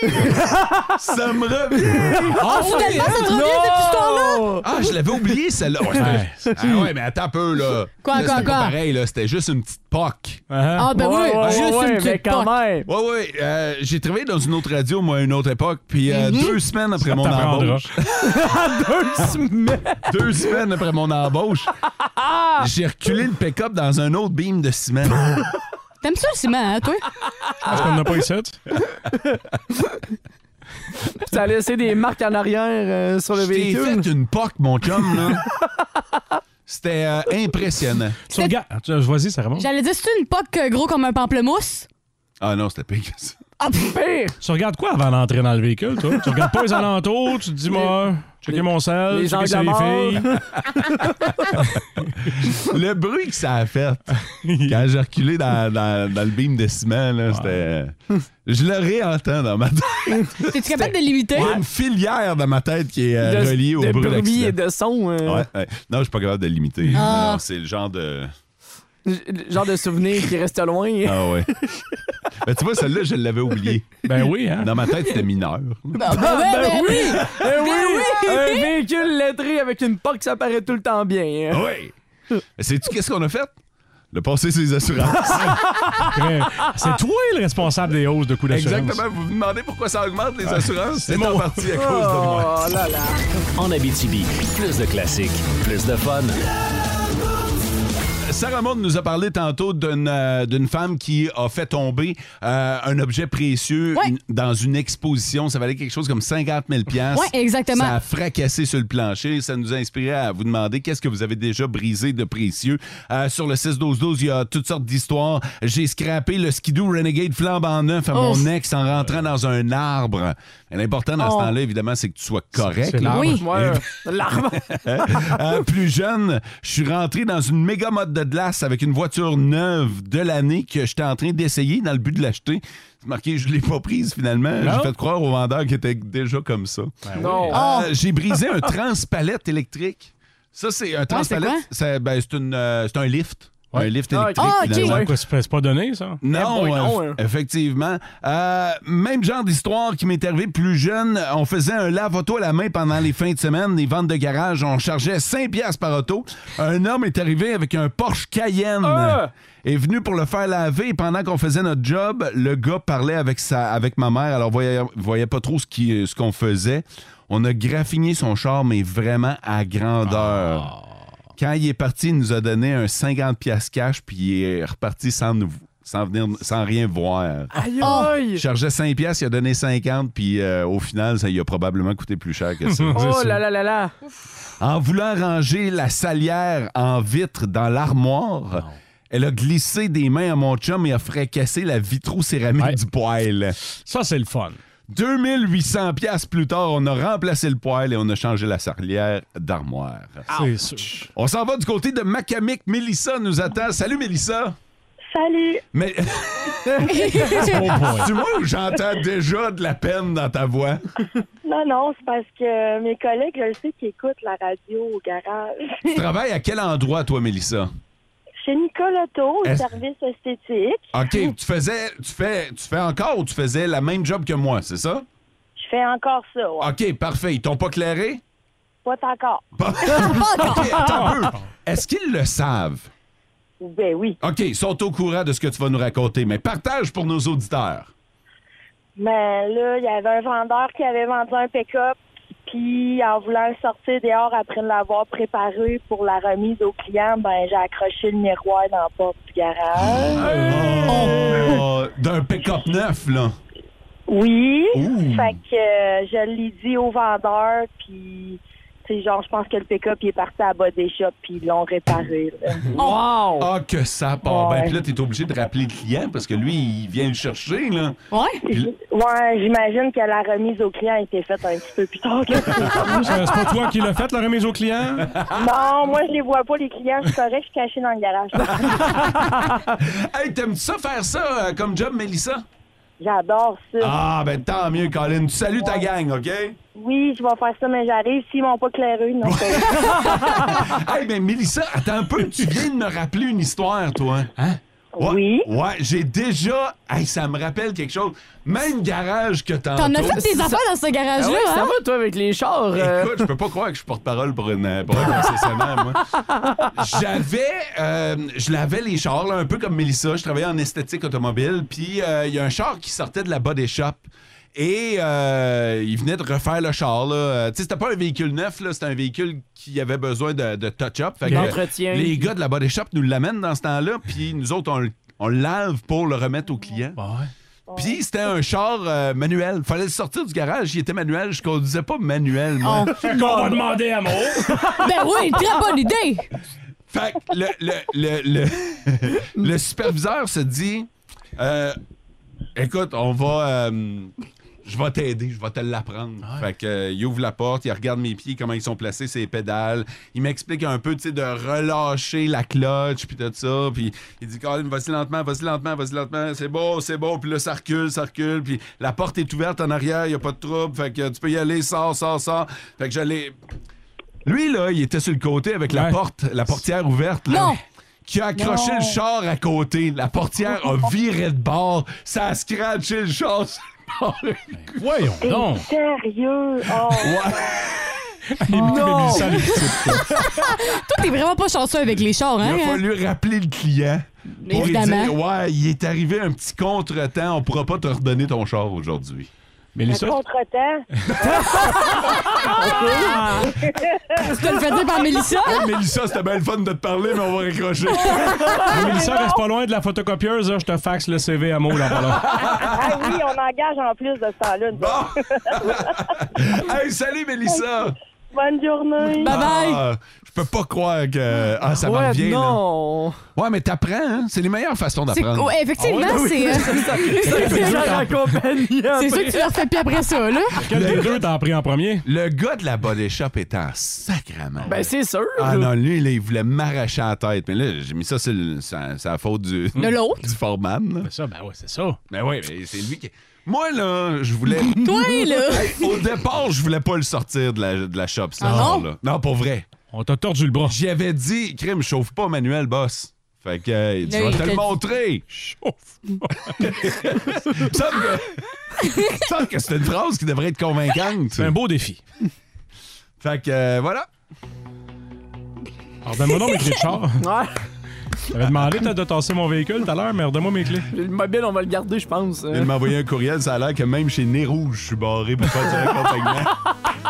(laughs) ça me revient! Ah, finalement, ça te revient depuis ce temps-là? hein? Ah, je l'avais (laughs) oublié, celle-là. Ouais, Ouais. Ah ouais, mais attends un peu, là. Quoi, Là, quoi, c'était quoi? pas pareil, là. C'était juste une petite POC. Hein? Ah, ben Ouais, oui, ouais, juste ouais, une mais petite quand poque. même. Ouais, ouais. euh, J'ai travaillé dans une autre radio, moi, à une autre époque. Puis euh, Mm-hmm. deux semaines après mon T'apprendras. embauche. Deux semaines. deux semaines après (laughs) mon embauche, Ah, j'ai reculé le pick-up dans un autre beam de ciment. T'aimes ça le ciment, hein, toi? Parce qu'on n'a pas ici. Ça a laissé des marques en arrière euh, sur le Je t'ai véhicule. fait une POC, mon chum, là. (laughs) C'était euh, impressionnant. Tu regardes. Ah, tu- Vas-y, ça remonte. J'allais dire, c'est une poque euh, gros comme un pamplemousse? Ah non, c'était pire que ça. Ah, pff, Pire. Tu regardes quoi avant d'entrer dans le véhicule, toi? tu regardes pas les alentours, tu te dis, moi, checker mon sel, les checker c'est les angles morts. filles. (laughs) (laughs) Le bruit que ça a fait quand j'ai reculé dans, dans- dans le beam de ciment, là, c'était. euh, Je le réentends (laughs) dans ma tête. T'es-tu capable de limiter? Il y a une filière dans ma tête qui est euh, de, reliée au de bruit bruit d'accident. et de son. euh, Ouais, ouais. Non, je suis pas capable de l'imiter. Ah. Non, C'est le genre de. j- Genre de souvenir qui reste loin. Ah (laughs) ouais. Ben, tu vois, celle-là, je l'avais oubliée. Ben oui, hein? Dans ma tête, c'était mineur. Ah, ben, ouais, ben oui! Eh oui, oui! Un véhicule lettré avec une POC, ça paraît tout le temps bien. hein. Oui! Sais-tu qu'est-ce qu'on a fait? Le passé sur les assurances. Après, (laughs) C'est toi le responsable des hausses de coûts d'assurance. Exactement. Vous vous demandez pourquoi ça augmente les assurances? C'est en partie à cause de moi. Oh là là. En Abitibi, plus de classiques, plus de fun. Sarah Maud nous a parlé tantôt d'une euh, d'une femme qui a fait tomber euh, un objet précieux Ouais. une- dans une exposition. Ça valait quelque chose comme 50 000 piastres. Ouais, exactement. Ça a fracassé sur le plancher. Ça nous a inspiré à vous demander qu'est-ce que vous avez déjà brisé de précieux. Euh, sur le 6-12-12, il y a toutes sortes d'histoires. J'ai scrappé le skidoo Renegade flambe en neuf à mon Oh. ex en rentrant dans un arbre. Mais L'important dans ce Oh. temps-là, évidemment, c'est que tu sois correct. C'est là. l'arbre. Oui. Ouais, l'arme. Euh, plus jeune, je suis rentré dans une méga mode de glace avec une voiture neuve de l'année que j'étais en train d'essayer dans le but de l'acheter. C'est marqué, je ne l'ai pas prise finalement. Non. J'ai fait croire au vendeur qui était déjà comme ça. Ben Non. Ah! Euh, J'ai brisé un transpalette électrique. Ça, c'est un transpalette. quoi? C'est ben, c'est une, euh, c'est un lift. Ouais. Un lift Ah, ok. électrique. Ah, ok. finalement. Ouais, quoi, C'est c'est pas donné, ça? Eh Non, boy, non, euh, hein. effectivement. Euh, même genre d'histoire qui m'est arrivée plus jeune. On faisait un lave-auto à la main pendant les fins de semaine, les ventes de garage. On chargeait 5 piastres par auto. Un homme est arrivé avec un Porsche Cayenne. Ah! Est venu pour le faire laver. Et pendant qu'on faisait notre job, le gars parlait avec, sa, avec ma mère. Alors, voyait, voyait pas trop ce qui- ce qu'on faisait. On a graffiné son char, mais vraiment à grandeur. Ah. Quand il est parti, il nous a donné un 50 piastres cash, puis il est reparti sans nous sans venir sans rien voir. Aïe aïe. Ah! Ah. Il chargeait 5 piastres, il a donné 50 puis euh, au final ça lui a probablement coûté plus cher que ça. (laughs) Oh là là là là. en voulant ranger la salière en vitre dans l'armoire, elle a glissé des mains à mon chum et a fracassé la vitrocéramique Ouais. du poêle. Ça, c'est le fun. 2800 piastres plus tard, on a remplacé le poêle et on a changé la salière d'armoire. C'est sûr. On s'en va du côté de Macamic. Mélissa nous attend. Salut Mélissa. Salut. Mais. tu moi ou j'entends déjà de la peine dans ta voix? Non, non, c'est parce que mes collègues, je le sais, qui écoutent la radio au garage. (laughs) Tu travailles à quel endroit, toi, Mélissa? Chez Nicolas Auto, au Est-ce- service esthétique, OK, tu faisais. Tu fais, tu fais encore ou tu faisais la même job que moi, c'est ça? je fais encore ça. ouais. OK, parfait. Ils t'ont pas clairé? Pas encore. (laughs) Pas- Ah, OK, attends un peu. Est-ce qu'ils le savent? Ben oui. OK, ils sont au courant de ce que tu vas nous raconter, mais partage pour nos auditeurs. Mais là, il y avait un vendeur qui avait vendu un pick-up, puis en voulant le sortir dehors après l'avoir préparé pour la remise au client, ben j'ai accroché le miroir dans la porte du garage. Oh, D'un pick-up neuf, là. Oui. Fait que euh, je l'ai dit au vendeur, puis tu sais, genre, je pense que le pick-up, il est parti à bas des shops, puis ils l'ont réparé. là. Wow! Ah, que ça part bien. Ouais. Puis là, t'es obligé de rappeler le client parce que lui, il vient le chercher, là. Ouais. Ouais, j'imagine que la remise au client a été faite un petit peu plus tard (laughs) que Euh, (laughs) C'est pas toi qui l'as fait, la remise au client? Non, moi, je les vois pas, les clients. C'est correct, je suis cachée dans le garage. Hey, t'aimes-tu ça faire ça euh, comme job, Mélissa? J'adore ça. Ah, ben tant mieux, Colin. Tu salues ta gang, (laughs) OK? Oui, je vais faire ça, mais j'arrive. S'ils m'ont pas clairé, (laughs) non. hey, ben Mélissa, attends un peu. Tu viens de me rappeler une histoire, toi. Hein? oui. Ouais, j'ai déjà. Hey, ça me rappelle quelque chose. Même garage que tantôt. T'en as fait tes affaires dans ce Ah garage-là, ouais, ça hein? va, toi, avec les chars? Écoute, je peux pas croire que je suis porte-parole pour, une- pour un (laughs) concessionnaire, moi. J'avais, euh, je l'avais les chars, là, un peu comme Mélissa. Je travaillais en esthétique automobile. Puis euh, il y a un char qui sortait de la body shop. Et euh, il venait de refaire le char. là. Euh, Tu sais, c'était pas un véhicule neuf, là, c'était un véhicule qui avait besoin de, de touch-up. Fait que, D'entretien. euh, Les gars de la body shop nous l'amènent dans ce temps-là, puis nous autres, on, le- on le lave pour le remettre au client. Puis c'était un char euh, manuel. Fallait le sortir du garage, il était manuel. Je conduisais pas manuel, moi. Oh. Fait qu'on va demander (laughs) à Mo. Ah. (laughs) Ben oui, très bonne idée. Fait que le, le, le, le, le superviseur se dit euh, Écoute, on va. euh, je vais t'aider, je vais te l'apprendre. Fait que, euh, il ouvre la porte, il regarde mes pieds, comment ils sont placés, ses pédales. Il m'explique un peu, tu sais, de relâcher la cloche, puis tout ça. Puis il dit, Colin, vas-y lentement, vas-y lentement, vas-y lentement. C'est beau, c'est beau. Puis là, ça recule, ça recule. Puis la porte est ouverte en arrière, il n'y a pas de trouble. Fait que tu peux y aller, sors, sors, sors. Fait que j'allais. Lui, là, il était sur le côté avec la porte, la portière ouverte, là. Qui a accroché Non. le char à côté. La portière a viré de bord. Ça a scratché le char. sur le bord. Voyons T'es sérieux? Oh. (laughs) Non! (laughs) Toi, t'es vraiment pas chanceux avec les chars, hein? Il a hein? fallu rappeler le client pour lui Évidemment. dire Ouais, il est arrivé un petit contretemps, on pourra pas te redonner ton char aujourd'hui. Mais Un (laughs) contre-temps. Tu te le fais dire par Mélissa? Ah, Mélissa, c'était bien le (laughs) fun de te parler, mais on (laughs) va raccrocher. Mais Mélissa, reste pas loin de la photocopieuse, là, je te faxe le CV à Mo là pas (laughs) là. Ah oui, on engage en plus de ça là (laughs) hey, salut Mélissa! Bonne journée. Ah, je peux pas croire que. Ah, ça Ouais, m'en vient. Non! Ouais, mais t'apprends, hein? C'est les meilleures façons C'est- d'apprendre. ouais, (laughs) effectivement, Ah ouais, (laughs) c'est, oui. euh, c'est- c'est- (laughs) C'est sûr que tu leur fais plus après ça, là. Quel des deux t'as pris en premier? Le gars de la body shop est en sacrament. Ben, c'est sûr. Ah non, lui, là, il voulait m'arracher la tête. Mais là, j'ai mis ça, c'est la faute du, De l'autre. (laughs) du foreman. là. Ça, ben ouais, c'est ça. Ben oui, mais c'est lui qui. Moi, là, (laughs) je voulais. Toi, là. Hey, au départ, je voulais pas le sortir de la, de la shop, ce Ah genre, non? là. Non, pour vrai. On t'a tordu le bras. J'y avais dit, crime, chauffe pas Manuel, boss. Fait que, hey, tu Là, vas il te t'a le dit- montrer. (laughs) Chauffe. Semble que- semble que c'est une phrase qui devrait être convaincante. C'est un beau défi. Fait que, euh, voilà. Alors, donne-moi donc ben, mes clés de (laughs) char. Ouais. T'avais demandé peut-être de tasser mon véhicule tout à l'heure, mais redonne-moi mes clés. Le mobile, on va le garder, je pense. Il m'a envoyé un courriel, ça a l'air que même chez Nez Rouge, je suis barré pour faire du accompagnement.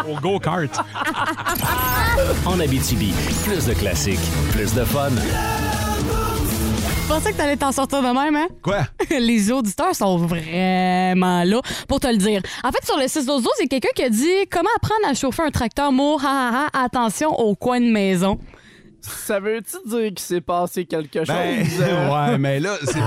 Au go-kart. En Abitibi, plus de classiques, plus de fun. Je pensais que t'allais t'en sortir de même, hein? Quoi? (laughs) Les auditeurs sont vraiment là pour te le dire. En fait, sur le 6 12 il y a quelqu'un qui a dit Comment apprendre à chauffer un tracteur Mo, ha, ha, ha, attention au coin de maison. Ça veut-tu dire qu'il s'est passé quelque chose? Ben, euh? ouais, mais là, c'est.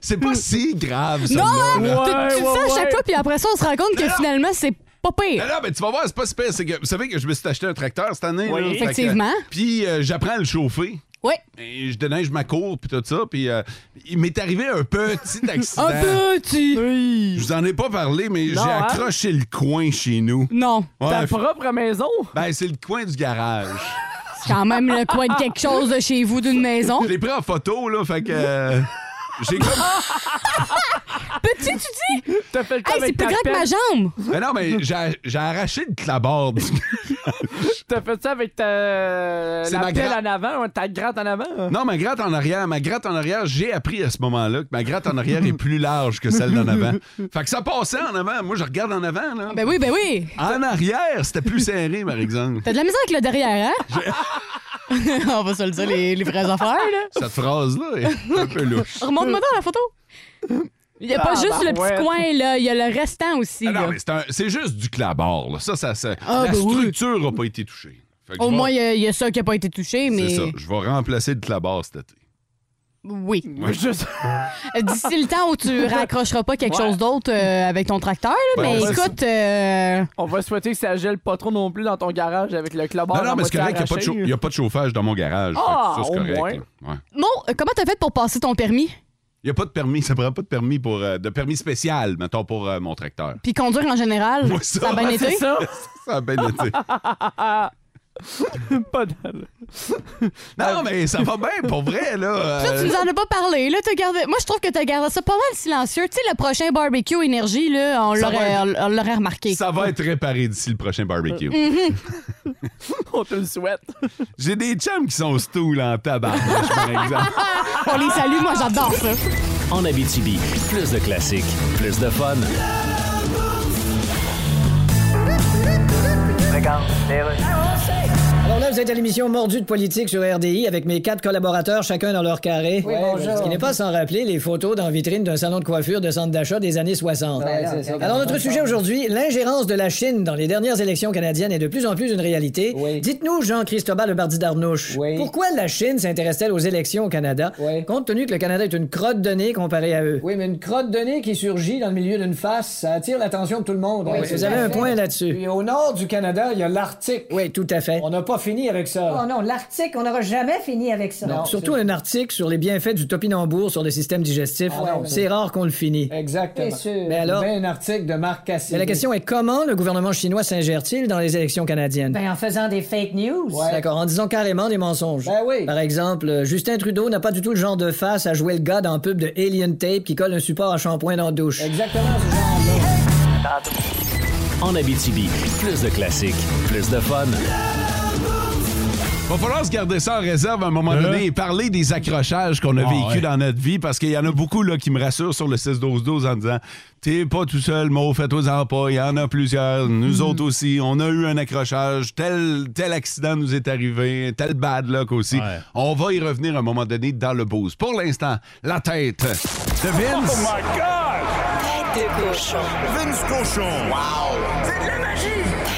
c'est pas si grave, ça. Non, hein? Ah, là. tu, tu le ouais, fais à ouais. chaque fois, puis après ça, on se rend compte que finalement, c'est pas pire. Non, non, mais tu vas voir, c'est pas super. C'est que, vous savez que je me suis acheté un tracteur cette année. là. Fait que- Effectivement. Puis euh, j'apprends à le chauffer. Oui. Et je déneige ma cour, puis tout ça. Puis euh, il m'est arrivé (laughs) un petit accident. Un petit! Je vous en ai pas parlé, mais j'ai Non, hein? accroché le coin chez nous. Non. Ouais, Ta f- propre maison? Ben, c'est le coin du garage. C'est quand même le coin de quelque chose de chez vous, d'une maison. Je l'ai pris en photo, là, fait que. euh, j'ai comme. Petit, tu dis? T'as fait Hey, Ah, c'est plus grand que ma jambe! Ben non, mais j'ai j'ai arraché le clabard. du- T'as fait ça avec ta. C'est la ma pelle gra- en avant, hein, ta gratte en avant? Non, ma gratte en arrière, ma gratte en arrière, j'ai appris à ce moment-là que ma gratte en arrière est plus large que celle d'en avant. Fait que ça passait en avant. Moi, je regarde en avant, là. Ben oui, ben oui! En arrière, c'était plus serré, par exemple. T'as de la misère avec le derrière, hein? (laughs) On va se le dire, les, les vraies affaires, là. Cette phrase-là est un peu louche. Remonte-moi dans la photo. Il n'y a pas Euh. Ah, juste le ouais. petit coin, là. Il y a le restant aussi. Ah non, là. mais c'est un- c'est juste du clabard, là. Ça, ça, ça- Ah, la ben oui. structure n'a pas été touchée. Fait que Au je vais- moins, il y a- il y, a ça qui n'a pas été touché, mais. C'est ça. Je vais remplacer le clabard cet été. Oui. (laughs) Ouais. Juste. Euh, D'ici le temps où (laughs) tu raccrocheras pas quelque Ouais. chose d'autre euh, avec ton tracteur, là, Ben, mais on va- écoute, euh, On va souhaiter que ça gèle pas trop non plus dans ton garage avec le clobard. Non, non, mais c'est correct, moitié il arraché. n'y a, pas de chauffage dans mon garage. Fait que Ah, ça, c'est au correct. moins. là. Ouais. Mo, euh, comment t'as fait pour passer ton permis Il n'y a pas de permis, ça prend pas de permis pour euh, de permis spécial, mettons, pour euh, mon tracteur. puis conduire en général Ouais, ça, a bien été. Ah, Ah, C'est ça? (laughs) Euh. Ça a (laughs) bien été. pas dalle. Non, mais ça va bien, pour vrai, là. Ça, Euh, tu nous en as pas parlé. Là, t'as gardé... Moi, je trouve que t'as gardé ça pas mal silencieux. Tu sais, le prochain barbecue énergie, là, on Ça l'aurait va on l'aurait remarqué. Mm. Ça va être réparé d'ici le prochain barbecue. (laughs) On te le souhaite. J'ai des chums qui sont stool en tabarnouche, par exemple. euh, (laughs) On les salue, moi, j'adore ça. En Abitibi, plus de classiques, plus de fun. Alors là, vous êtes à l'émission Mordu de politique sur RDI avec mes quatre collaborateurs, chacun dans leur carré. Oui, bonjour. Ce qui n'est pas sans rappeler les photos dans vitrine d'un salon de coiffure de centre d'achat des années 60. Alors, notre sujet aujourd'hui, l'ingérence de la Chine dans les dernières élections canadiennes est de plus en plus une réalité. Dites-nous, Jean-Christobal Bardi d'Arnouche, pourquoi la Chine s'intéresse-t-elle aux élections au Canada, compte tenu que le Canada est une crotte de nez comparée à eux? Oui, mais une crotte de nez qui surgit dans le milieu d'une face, ça attire l'attention de tout le monde. vous avez un point là-dessus. Puis au nord du Canada, il y a l'Arctique. Oui, tout à fait. On n'a pas fini avec ça. Oh non, l'Arctique, on n'aura jamais fini avec ça. Non, surtout un article sur les bienfaits du topinambour sur le système digestif. Ah non, c'est rare qu'on le finit. Bien sûr. Mais alors, Ben, un article de Marc Mais la question est comment le gouvernement chinois s'ingère-t-il dans les élections canadiennes ben, en faisant des fake news. D'accord, en disant carrément des mensonges. Par exemple, euh, Justin Trudeau n'a pas du tout le genre de face à jouer le gars dans un pub de Alien Tape qui colle un support à shampoing dans la douche. Exactement. En Abitibi, plus de classiques, plus de fun. Va falloir se garder ça en réserve à un moment Hein? donné et parler des accrochages qu'on a Ah, vécu ouais. dans notre vie parce qu'il y en a beaucoup là, qui me rassurent sur le 6-12-12 en disant T'es pas tout seul, Mo, fais-toi-en pas, il y en a plusieurs, Hmm. nous autres aussi, on a eu un accrochage, tel, tel accident nous est arrivé, tel bad luck aussi. Ouais. On va y revenir à un moment donné dans le boost. Pour l'instant, la tête de Oh Vince. Oh Vince Cochon. C'est de la magie!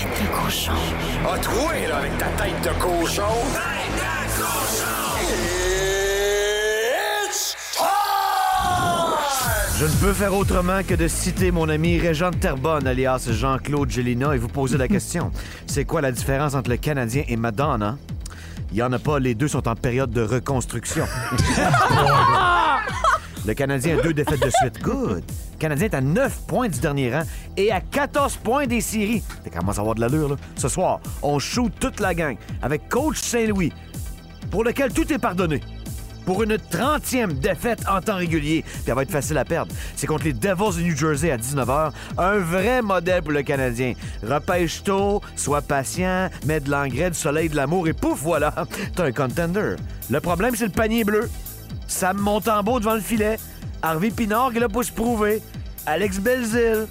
Tête de cochon. A troué, là, avec ta tête de cochon. Tête de cochon! Je ne peux faire autrement que de citer mon ami Régent de Terbonne, alias Jean-Claude Gélina, et vous poser la question. C'est quoi la différence entre le Canadien et Madonna? Il n'y en a pas, les deux sont en période de (laughs) reconstruction. le Canadien a deux défaites de suite. Good. Le Canadien est à 9 points du dernier rang et à 14 points des séries. Ça commence à avoir de l'allure, là. Ce soir, on shoot toute la gang avec Coach Saint-Louis, pour lequel tout est pardonné. Pour une 30e défaite en temps régulier, puis elle va être facile à perdre. C'est contre les Devils de New Jersey à 19h. Un vrai modèle pour le Canadien. Repêche tôt, sois patient, mets de l'engrais, du soleil, de l'amour, et pouf, voilà, t'as un contender. Le problème, c'est le panier bleu. Sam Montembeau devant le filet. Harvey Pinard qui est là pour se prouver. Alex Belzil.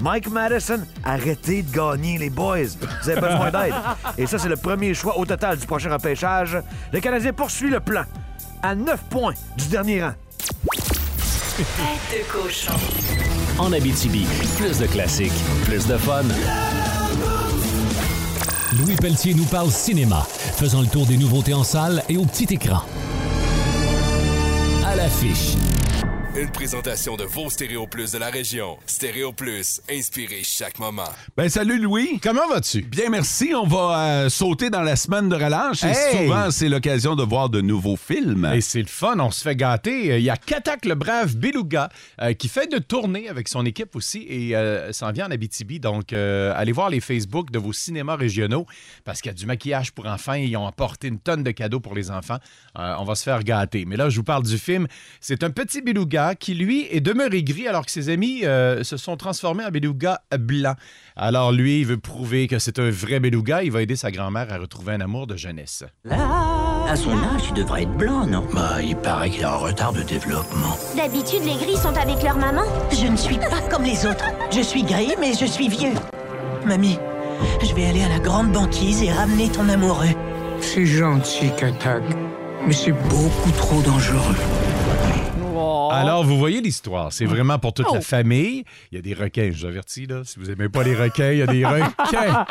Mike Madison, arrêtez de gagner, les boys. Vous avez besoin d'aide. Et ça, c'est le premier choix au total du prochain repêchage. Le Canadien poursuit le plan à 9 points du dernier rang. Tête de cochon. En Abitibi, plus de classiques, plus de fun. Louis Pelletier nous parle cinéma, faisant le tour des nouveautés en salle et au petit écran. À l'affiche. Une présentation de vos Stéréo Plus de la région. Stéréo Plus, inspirez chaque moment. Ben salut Louis. Comment vas-tu? Bien merci. On va euh, sauter dans la semaine de relâche et Hey! souvent c'est l'occasion de voir de nouveaux films. Et c'est le fun, on se fait gâter. Euh, Il y a Katak, le brave Beluga, euh, qui fait de tournée avec son équipe aussi et euh, s'en vient en Abitibi. Donc, euh, allez voir les Facebook de vos cinémas régionaux parce qu'il y a du maquillage pour enfants. Ils ont apporté une tonne de cadeaux pour les enfants. Euh, on va se faire gâter. Mais là, je vous parle du film. C'est un petit Beluga qui, lui, est demeuré gris alors que ses amis euh, se sont transformés en Beluga blanc. Alors, lui, il veut prouver que c'est un vrai Beluga. Il va aider sa grand-mère à retrouver un amour de jeunesse. À son âge, il devrait être blanc, non Bah, il paraît qu'il est en retard de développement. D'habitude, les gris sont avec leur maman. Je ne suis pas comme les autres. Je suis gris, mais je suis vieux. Mamie, je vais aller à la grande banquise et ramener ton amoureux. C'est gentil, Katak, mais c'est beaucoup trop dangereux. Oh. Alors, vous voyez l'histoire. C'est vraiment pour toute la famille. Il y a des requins, je vous avertis, là. Si vous n'aimez pas les requins, il y a des (laughs) requins.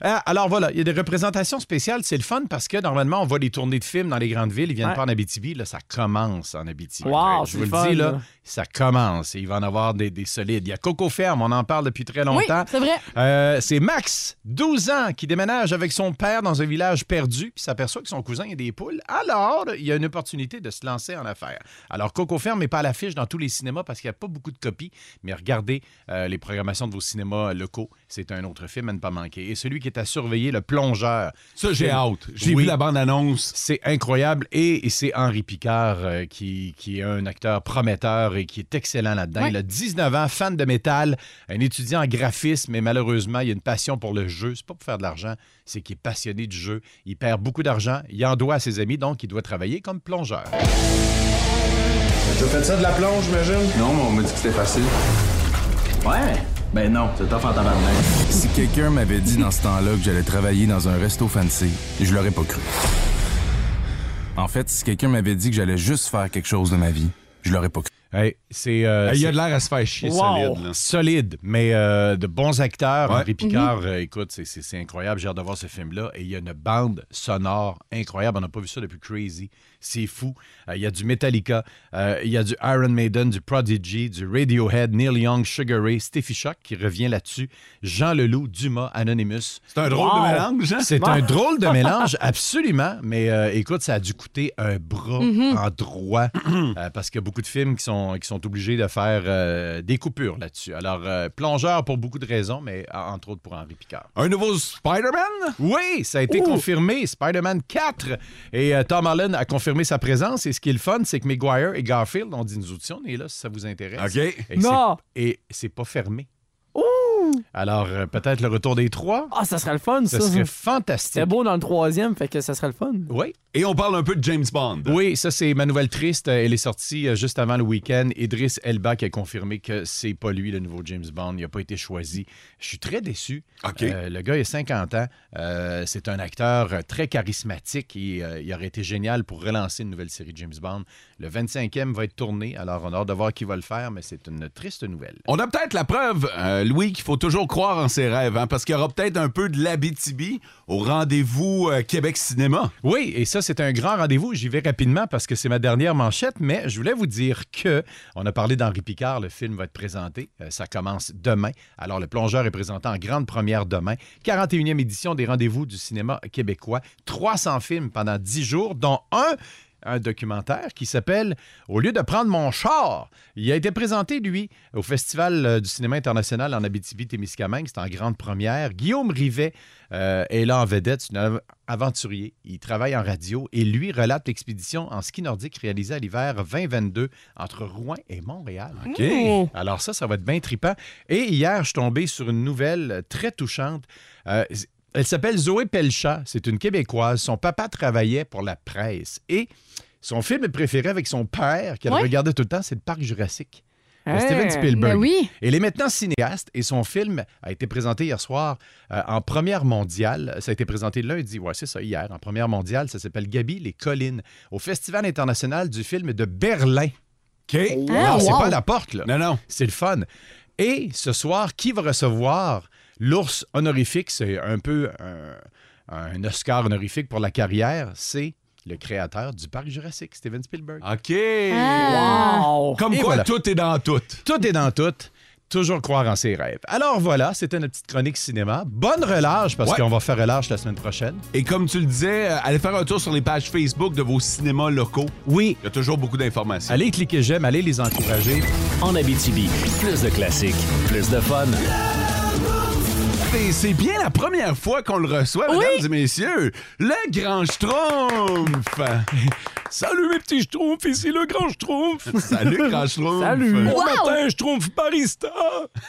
Ah, Alors, voilà, il y a des représentations spéciales. C'est le fun parce que normalement, on voit des tournées de films dans les grandes villes. Ils viennent Ouais. pas en Abitibi. Là, ça commence en Abitibi. Wow, je c'est vous le fun, dis, là, là. ça commence. Et il va en avoir des, des solides. Il y a Coco Ferme, on en parle depuis très longtemps. Oui, c'est vrai. Euh, c'est Max, 12 ans, qui déménage avec son père dans un village perdu, puis s'aperçoit que son cousin a des poules. Alors, il y a une opportunité de se lancer en affaires. Alors, Coco Ferme n'est pas à l'affiche dans tous les cinémas parce qu'il n'y a pas beaucoup de copies, mais regardez euh, les programmations de vos cinémas locaux. C'est un autre film à ne pas manquer. Et celui qui est à surveiller, Le Plongeur. Ça, j'ai hâte. J'ai vu la bande-annonce. C'est incroyable. Et, et c'est Henri Picard euh, qui, qui est un acteur prometteur et qui est excellent là-dedans. Ouais. Il a 19 ans, fan de métal, un étudiant en graphisme, mais malheureusement, il a une passion pour le jeu. C'est pas pour faire de l'argent, c'est qu'il est passionné du jeu. Il perd beaucoup d'argent, il en doit à ses amis, donc il doit travailler comme plongeur. Tu as fait ça de la plonge, j'imagine? Non, mais on m'a dit que c'était facile. Ouais? Ben non, c'est top en tabarnak. Si quelqu'un m'avait dit dans ce temps-là que j'allais travailler dans un resto fancy, je l'aurais pas cru. En fait, si quelqu'un m'avait dit que j'allais juste faire quelque chose de ma vie, je l'aurais pas cru. Hey, c'est. euh, Il y a c'est- de l'air à se faire chier solide, là. Solide, mais euh, de bons acteurs. Ouais. Henri Picard, euh, écoute, c'est- c'est c'est incroyable. J'ai hâte de voir ce film-là. Et il y a une bande sonore incroyable. On n'a pas vu ça depuis Crazy. C'est fou. Euh, Il y a du Metallica, euh, il y a du Iron Maiden, du Prodigy, du Radiohead, Neil Young, Sugar Ray, Steffi Shock qui revient là-dessus, Jean Leloup, Dumas, Anonymous. C'est un drôle de Wow. mélange, hein? C'est Ouais. un drôle de mélange, absolument. Mais euh, écoute, ça a dû coûter un bras Mhm. en droit (clears throat) euh, parce qu'il y a beaucoup de films qui sont, qui sont obligés de faire euh, des coupures là-dessus. Alors, euh, plongeur pour beaucoup de raisons, mais euh, entre autres pour Henri Picard. Un nouveau Spider-Man? Oui, ça a été Ouh. confirmé, Spider-Man 4. Et euh, Tom Holland a confirmé sa présence. Et ce qui est le fun, c'est que Maguire et Garfield ont dit nous outils, on est là si ça vous intéresse. OK. Et Non. c'est- Et c'est pas fermé. Alors, euh, peut-être le retour des trois. Ah, ça serait le fun, ça. Ça serait fantastique. C'était beau dans le troisième, fait que ça serait le fun. Oui. Et on parle un peu de James Bond. Oui, ça, c'est ma nouvelle triste. Euh, Elle est sortie euh, juste avant le week-end. Idriss Elba qui a confirmé que c'est pas lui le nouveau James Bond. Il n'a pas été choisi. Je suis très déçu. Euh, le gars il a 50 ans. Euh, c'est un acteur euh, très charismatique et euh, il aurait été génial pour relancer une nouvelle série James Bond. Le 25e va être tourné, alors on a hâte de voir qui va le faire, mais c'est une triste nouvelle. On a peut-être la preuve, euh, Louis, qu'il faut toujours croire en ses rêves, hein, parce qu'il y aura peut-être un peu de l'Abitibi au rendez-vous euh, Québec Cinéma. Oui, et ça, c'est un grand rendez-vous. J'y vais rapidement parce que c'est ma dernière manchette, mais je voulais vous dire que on a parlé d'Henri Picard. Le film va être présenté. Euh, ça commence demain. Alors, Le Plongeur est présenté en grande première demain. 41e édition des rendez-vous du cinéma québécois. 300 films pendant 10 jours, dont un un documentaire qui s'appelle Au lieu de prendre mon char. Il a été présenté, lui, au Festival euh, du cinéma international en Abitibi-Témiscamingue. C'est en grande première. Guillaume Rivet euh, est là en vedette. C'est un av- aventurier. Il travaille en radio et lui relate l'expédition en ski nordique réalisée à l'hiver 2022 entre Rouen et Montréal. OK. Mmh. Alors ça, ça va être bien tripant. Et hier, je suis tombé sur une nouvelle très touchante. Euh, elle s'appelle Zoé Pelchat. C'est une Québécoise. Son papa travaillait pour la presse. Et son film préféré avec son père, qu'elle Ouais. regardait tout le temps, c'est le Parc Jurassique. de Hey. Steven Spielberg. Ben oui. Elle est maintenant cinéaste et son film a été présenté hier soir euh, en première mondiale. Ça a été présenté lundi, ouais, c'est ça, hier, en première mondiale. Ça s'appelle Gabi les collines au Festival international du film de Berlin. OK. Ah, Alors, c'est wow. pas à la porte, là. Non, non. C'est le fun. Et ce soir, qui va recevoir l'ours honorifique? C'est un peu un, un Oscar honorifique pour la carrière. C'est le créateur du parc Jurassique, Steven Spielberg. OK! Ah. Wow. Comme Et quoi, voilà. tout est dans tout. Tout est dans tout. Toujours croire en ses rêves. Alors voilà, c'était notre petite chronique cinéma. Bonne relâche parce Ouais. qu'on va faire relâche la semaine prochaine. Et comme tu le disais, euh, allez faire un tour sur les pages Facebook de vos cinémas locaux. Oui. Il y a toujours beaucoup d'informations. Allez cliquer j'aime, allez les encourager. En Abitibi, plus de classiques, plus de fun. C'est- C'est bien la première fois qu'on le reçoit, mesdames et messieurs. Le Grand Schtroumpf! (laughs) Salut mes petits schtroumpfs, ici le grand schtroumpf. (laughs) Salut, grand schtroumpf. Salut. Bon Wow. matin, schtroumpf barista.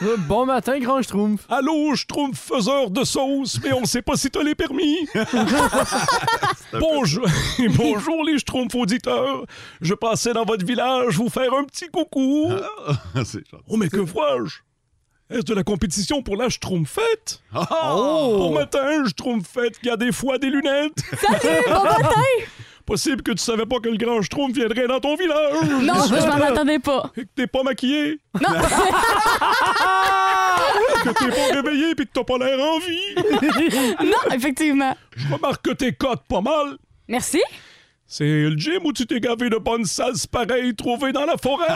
Euh, bon matin, grand schtroumpf. Allô, schtroumpf faiseur de sauce, mais on sait pas si t'as (laughs) les permis. Bonjour, (laughs) bonjour les schtroumpfs auditeurs. Je passais dans votre village vous faire un petit coucou. Ah. C'est gentil. Oh, mais que vois-je? Est-ce de la compétition pour la schtroumpfette? Bon matin, schtroumpfette qui a des fois des lunettes. (laughs) Salut, (laughs) bon matin. Possible que tu savais pas que le grand schtroumpf viendrait dans ton village. Non, je (laughs) m'en attendais pas. Et que t'es pas maquillé. (laughs) Non. (laughs) que t'es pas réveillé puis que t'as pas l'air en vie. (laughs) non, effectivement. Je remarque que t'es cotes pas mal. Merci. C'est le gym où tu t'es gavé de bonnes salses pareilles trouvées dans (laughs) la forêt.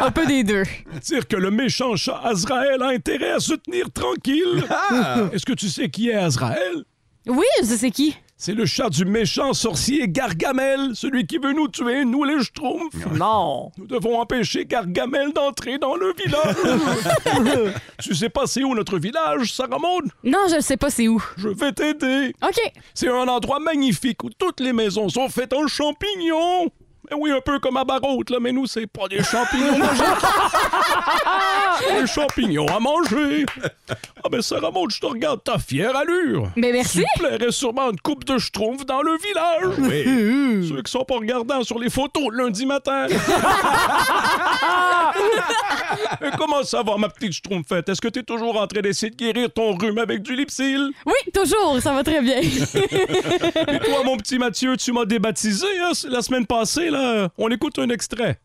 Un peu des deux. Dire que le méchant chat Azrael a intérêt à se tenir (laughs) tranquille. Ah. Est-ce que tu sais qui est Azrael? Oui, je sais qui. C'est le chat du méchant sorcier Gargamel, celui qui veut nous tuer, nous les schtroumpfs. Non. Nous devons empêcher Gargamel d'entrer dans (laughs) le village. tu sais pas c'est où notre village, Sarah Maud? Non, je sais pas c'est où. Je vais t'aider. OK. C'est un endroit magnifique où toutes les maisons sont faites en champignons. Eh oui, un peu comme à Barôte, là, mais nous, c'est pas des champignons (laughs) magiques. C'est des champignons à manger. Ah, ben, Sarah Maud, je te regarde ta fière allure. Mais Ben, merci. Tu plairais sûrement une coupe de schtroumpf dans le village. Hum. Ceux qui sont pas regardants sur les photos (laughs) lundi matin. Et comment ça va, ma petite schtroumpfette? Est-ce que t'es toujours en train d'essayer de guérir ton rhume avec du lipsil? (laughs) Oui, toujours, ça va très bien. Et toi, mon petit Mathieu, tu m'as débaptisé hein, la semaine passée. là. On écoute un extrait.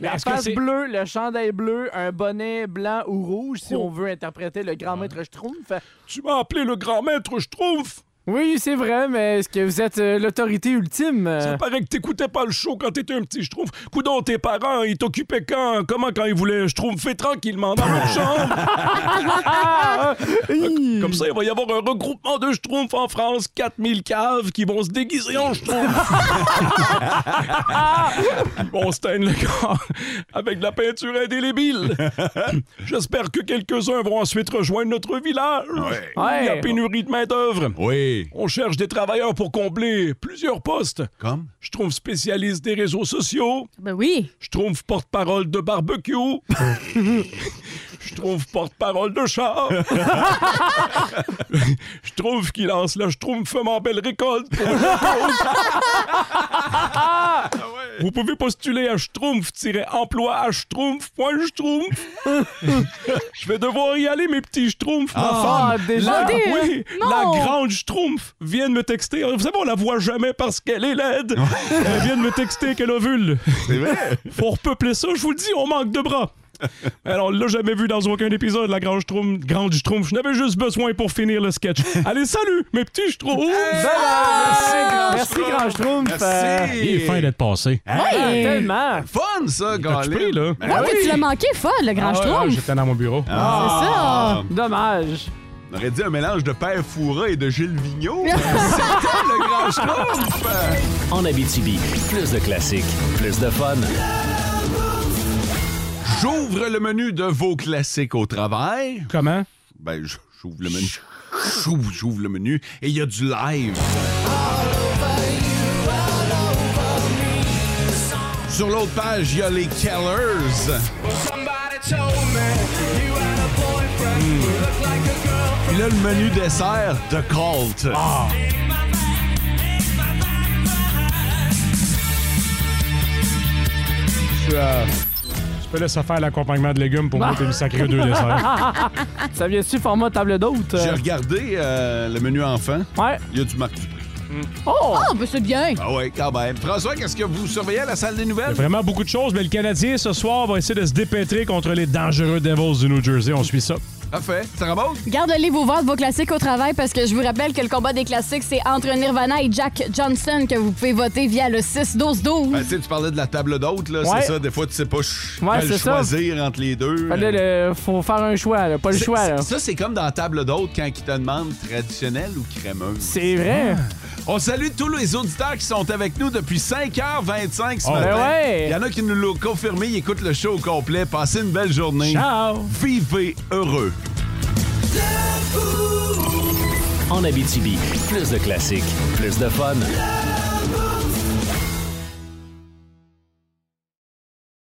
La est-ce que face c'est- bleue, le chandail bleu, un bonnet blanc ou rouge, Oh. si on veut interpréter le Ah. grand maître Schtroumpf. (laughs) Tu m'as appelé le grand maître Schtroumpf. Oui, c'est vrai, mais est-ce que vous êtes euh, l'autorité ultime? euh? Ça paraît que t'écoutais pas le show quand t'étais un petit schtroumpf. Coudon, tes parents, ils t'occupaient quand? Comment quand ils voulaient schtroumpfer tranquillement dans leur (laughs) chambre? Euh, Comme ça, il va y avoir un regroupement de schtroumpfs en France, 4000 caves qui vont se déguiser en (laughs) schtroumpf. bon, Stein le corps avec de la peinture (laughs) indélébile. J'espère que quelques-uns vont ensuite rejoindre notre village. Ouais. Il y a Ouais. pénurie de main-d'œuvre. Oui. On cherche des travailleurs pour combler plusieurs postes. Comme? Je trouve spécialiste des réseaux sociaux. Ben oui. Je trouve porte-parole de barbecue. (laughs) Je trouve porte-parole (laughs) de chat. (laughs) Je trouve qu'il lance la schtroumpf en belle (laughs) récolte. pour le schtroumpf. Ah Vous pouvez postuler à schtroumpf-emploi à schtroumpf.schtroumpf. Je vais devoir y aller, mes petits schtroumpfs. ma Ah, femme. déjà? La, Attendez, oui, hein? la Non. grande schtroumpf vient de me texter. Vous savez, on la voit jamais parce qu'elle est laide. Elle vient de me texter qu'elle ovule. C'est vrai? Faut repeupler ça, je vous le dis, on manque de bras. Alors, on l'a jamais vu dans aucun épisode, la grande schtroumpf. Grande schtroumpf. Je n'avais juste besoin pour finir le sketch. Allez, salut, mes petits schtroumpfs! Ah! Merci, grand schtroumpf. Ah, Merci. Il est fin d'être passé. Ah, tellement. Fun, ça, Colin. occupé, là. Ben Ah, oui. mais tu l'as manqué, folle, le grand Ah ouais, Schtroumpf. ouais, j'étais dans mon bureau. Ah. Dommage. On aurait dit un mélange de Père Foura et de Gilles Vigneault. C'était le Grand Schtroumpf! En Abitibi, plus de classiques, plus de fun. J'ouvre le menu de vos classiques au travail. Comment? Ben, j- j'ouvre le menu. J'ouvre, j'ouvre le menu et il y a du live. Sur l'autre page, il y a les Kellers. Puis là, le menu dessert de Colt. Tu, euh, tu peux laisser faire l'accompagnement de légumes Ah. pour moi, t'es mis sacré deux (laughs) desserts. Ça vient-tu format table d'hôte? J'ai regardé euh, le menu enfant. Ouais. Il y a du Marc Dupré. Oh! Ah, ben c'est bien! Ah ouais, quand même. François, qu'est-ce que vous surveillez à la salle des Il y a nouvelles? vraiment beaucoup de choses, mais le Canadien, ce soir, va essayer de se dépêtrer contre les dangereux Devils du New Jersey. On suit ça. Parfait. Sarah Maud? ah, Garde le livre ouvert de vos classiques au travail parce que je vous rappelle que le combat des classiques, c'est entre Nirvana et Jack Johnson que vous pouvez voter via le 6-12-12. Ben, tu sais, tu parlais de la table d'hôtes, là. Ouais. C'est ça, des fois, tu sais pas ch- Ouais, quel c'est ça. choisir entre les deux. Fallait le- faut faire un choix, là, pas le C'est- choix. c'est- là. Ça, c'est comme dans la table d'hôtes quand ils te demandent traditionnel ou crémeuse. C'est vrai. On salue tous les auditeurs qui sont avec nous depuis 5h25 ce Oh, matin. ben ouais. Il y en a qui nous l'ont confirmé, ils écoutent le show au complet. Passez une belle journée. Ciao. Vivez heureux. En Abitibi, plus de classiques, plus de fun.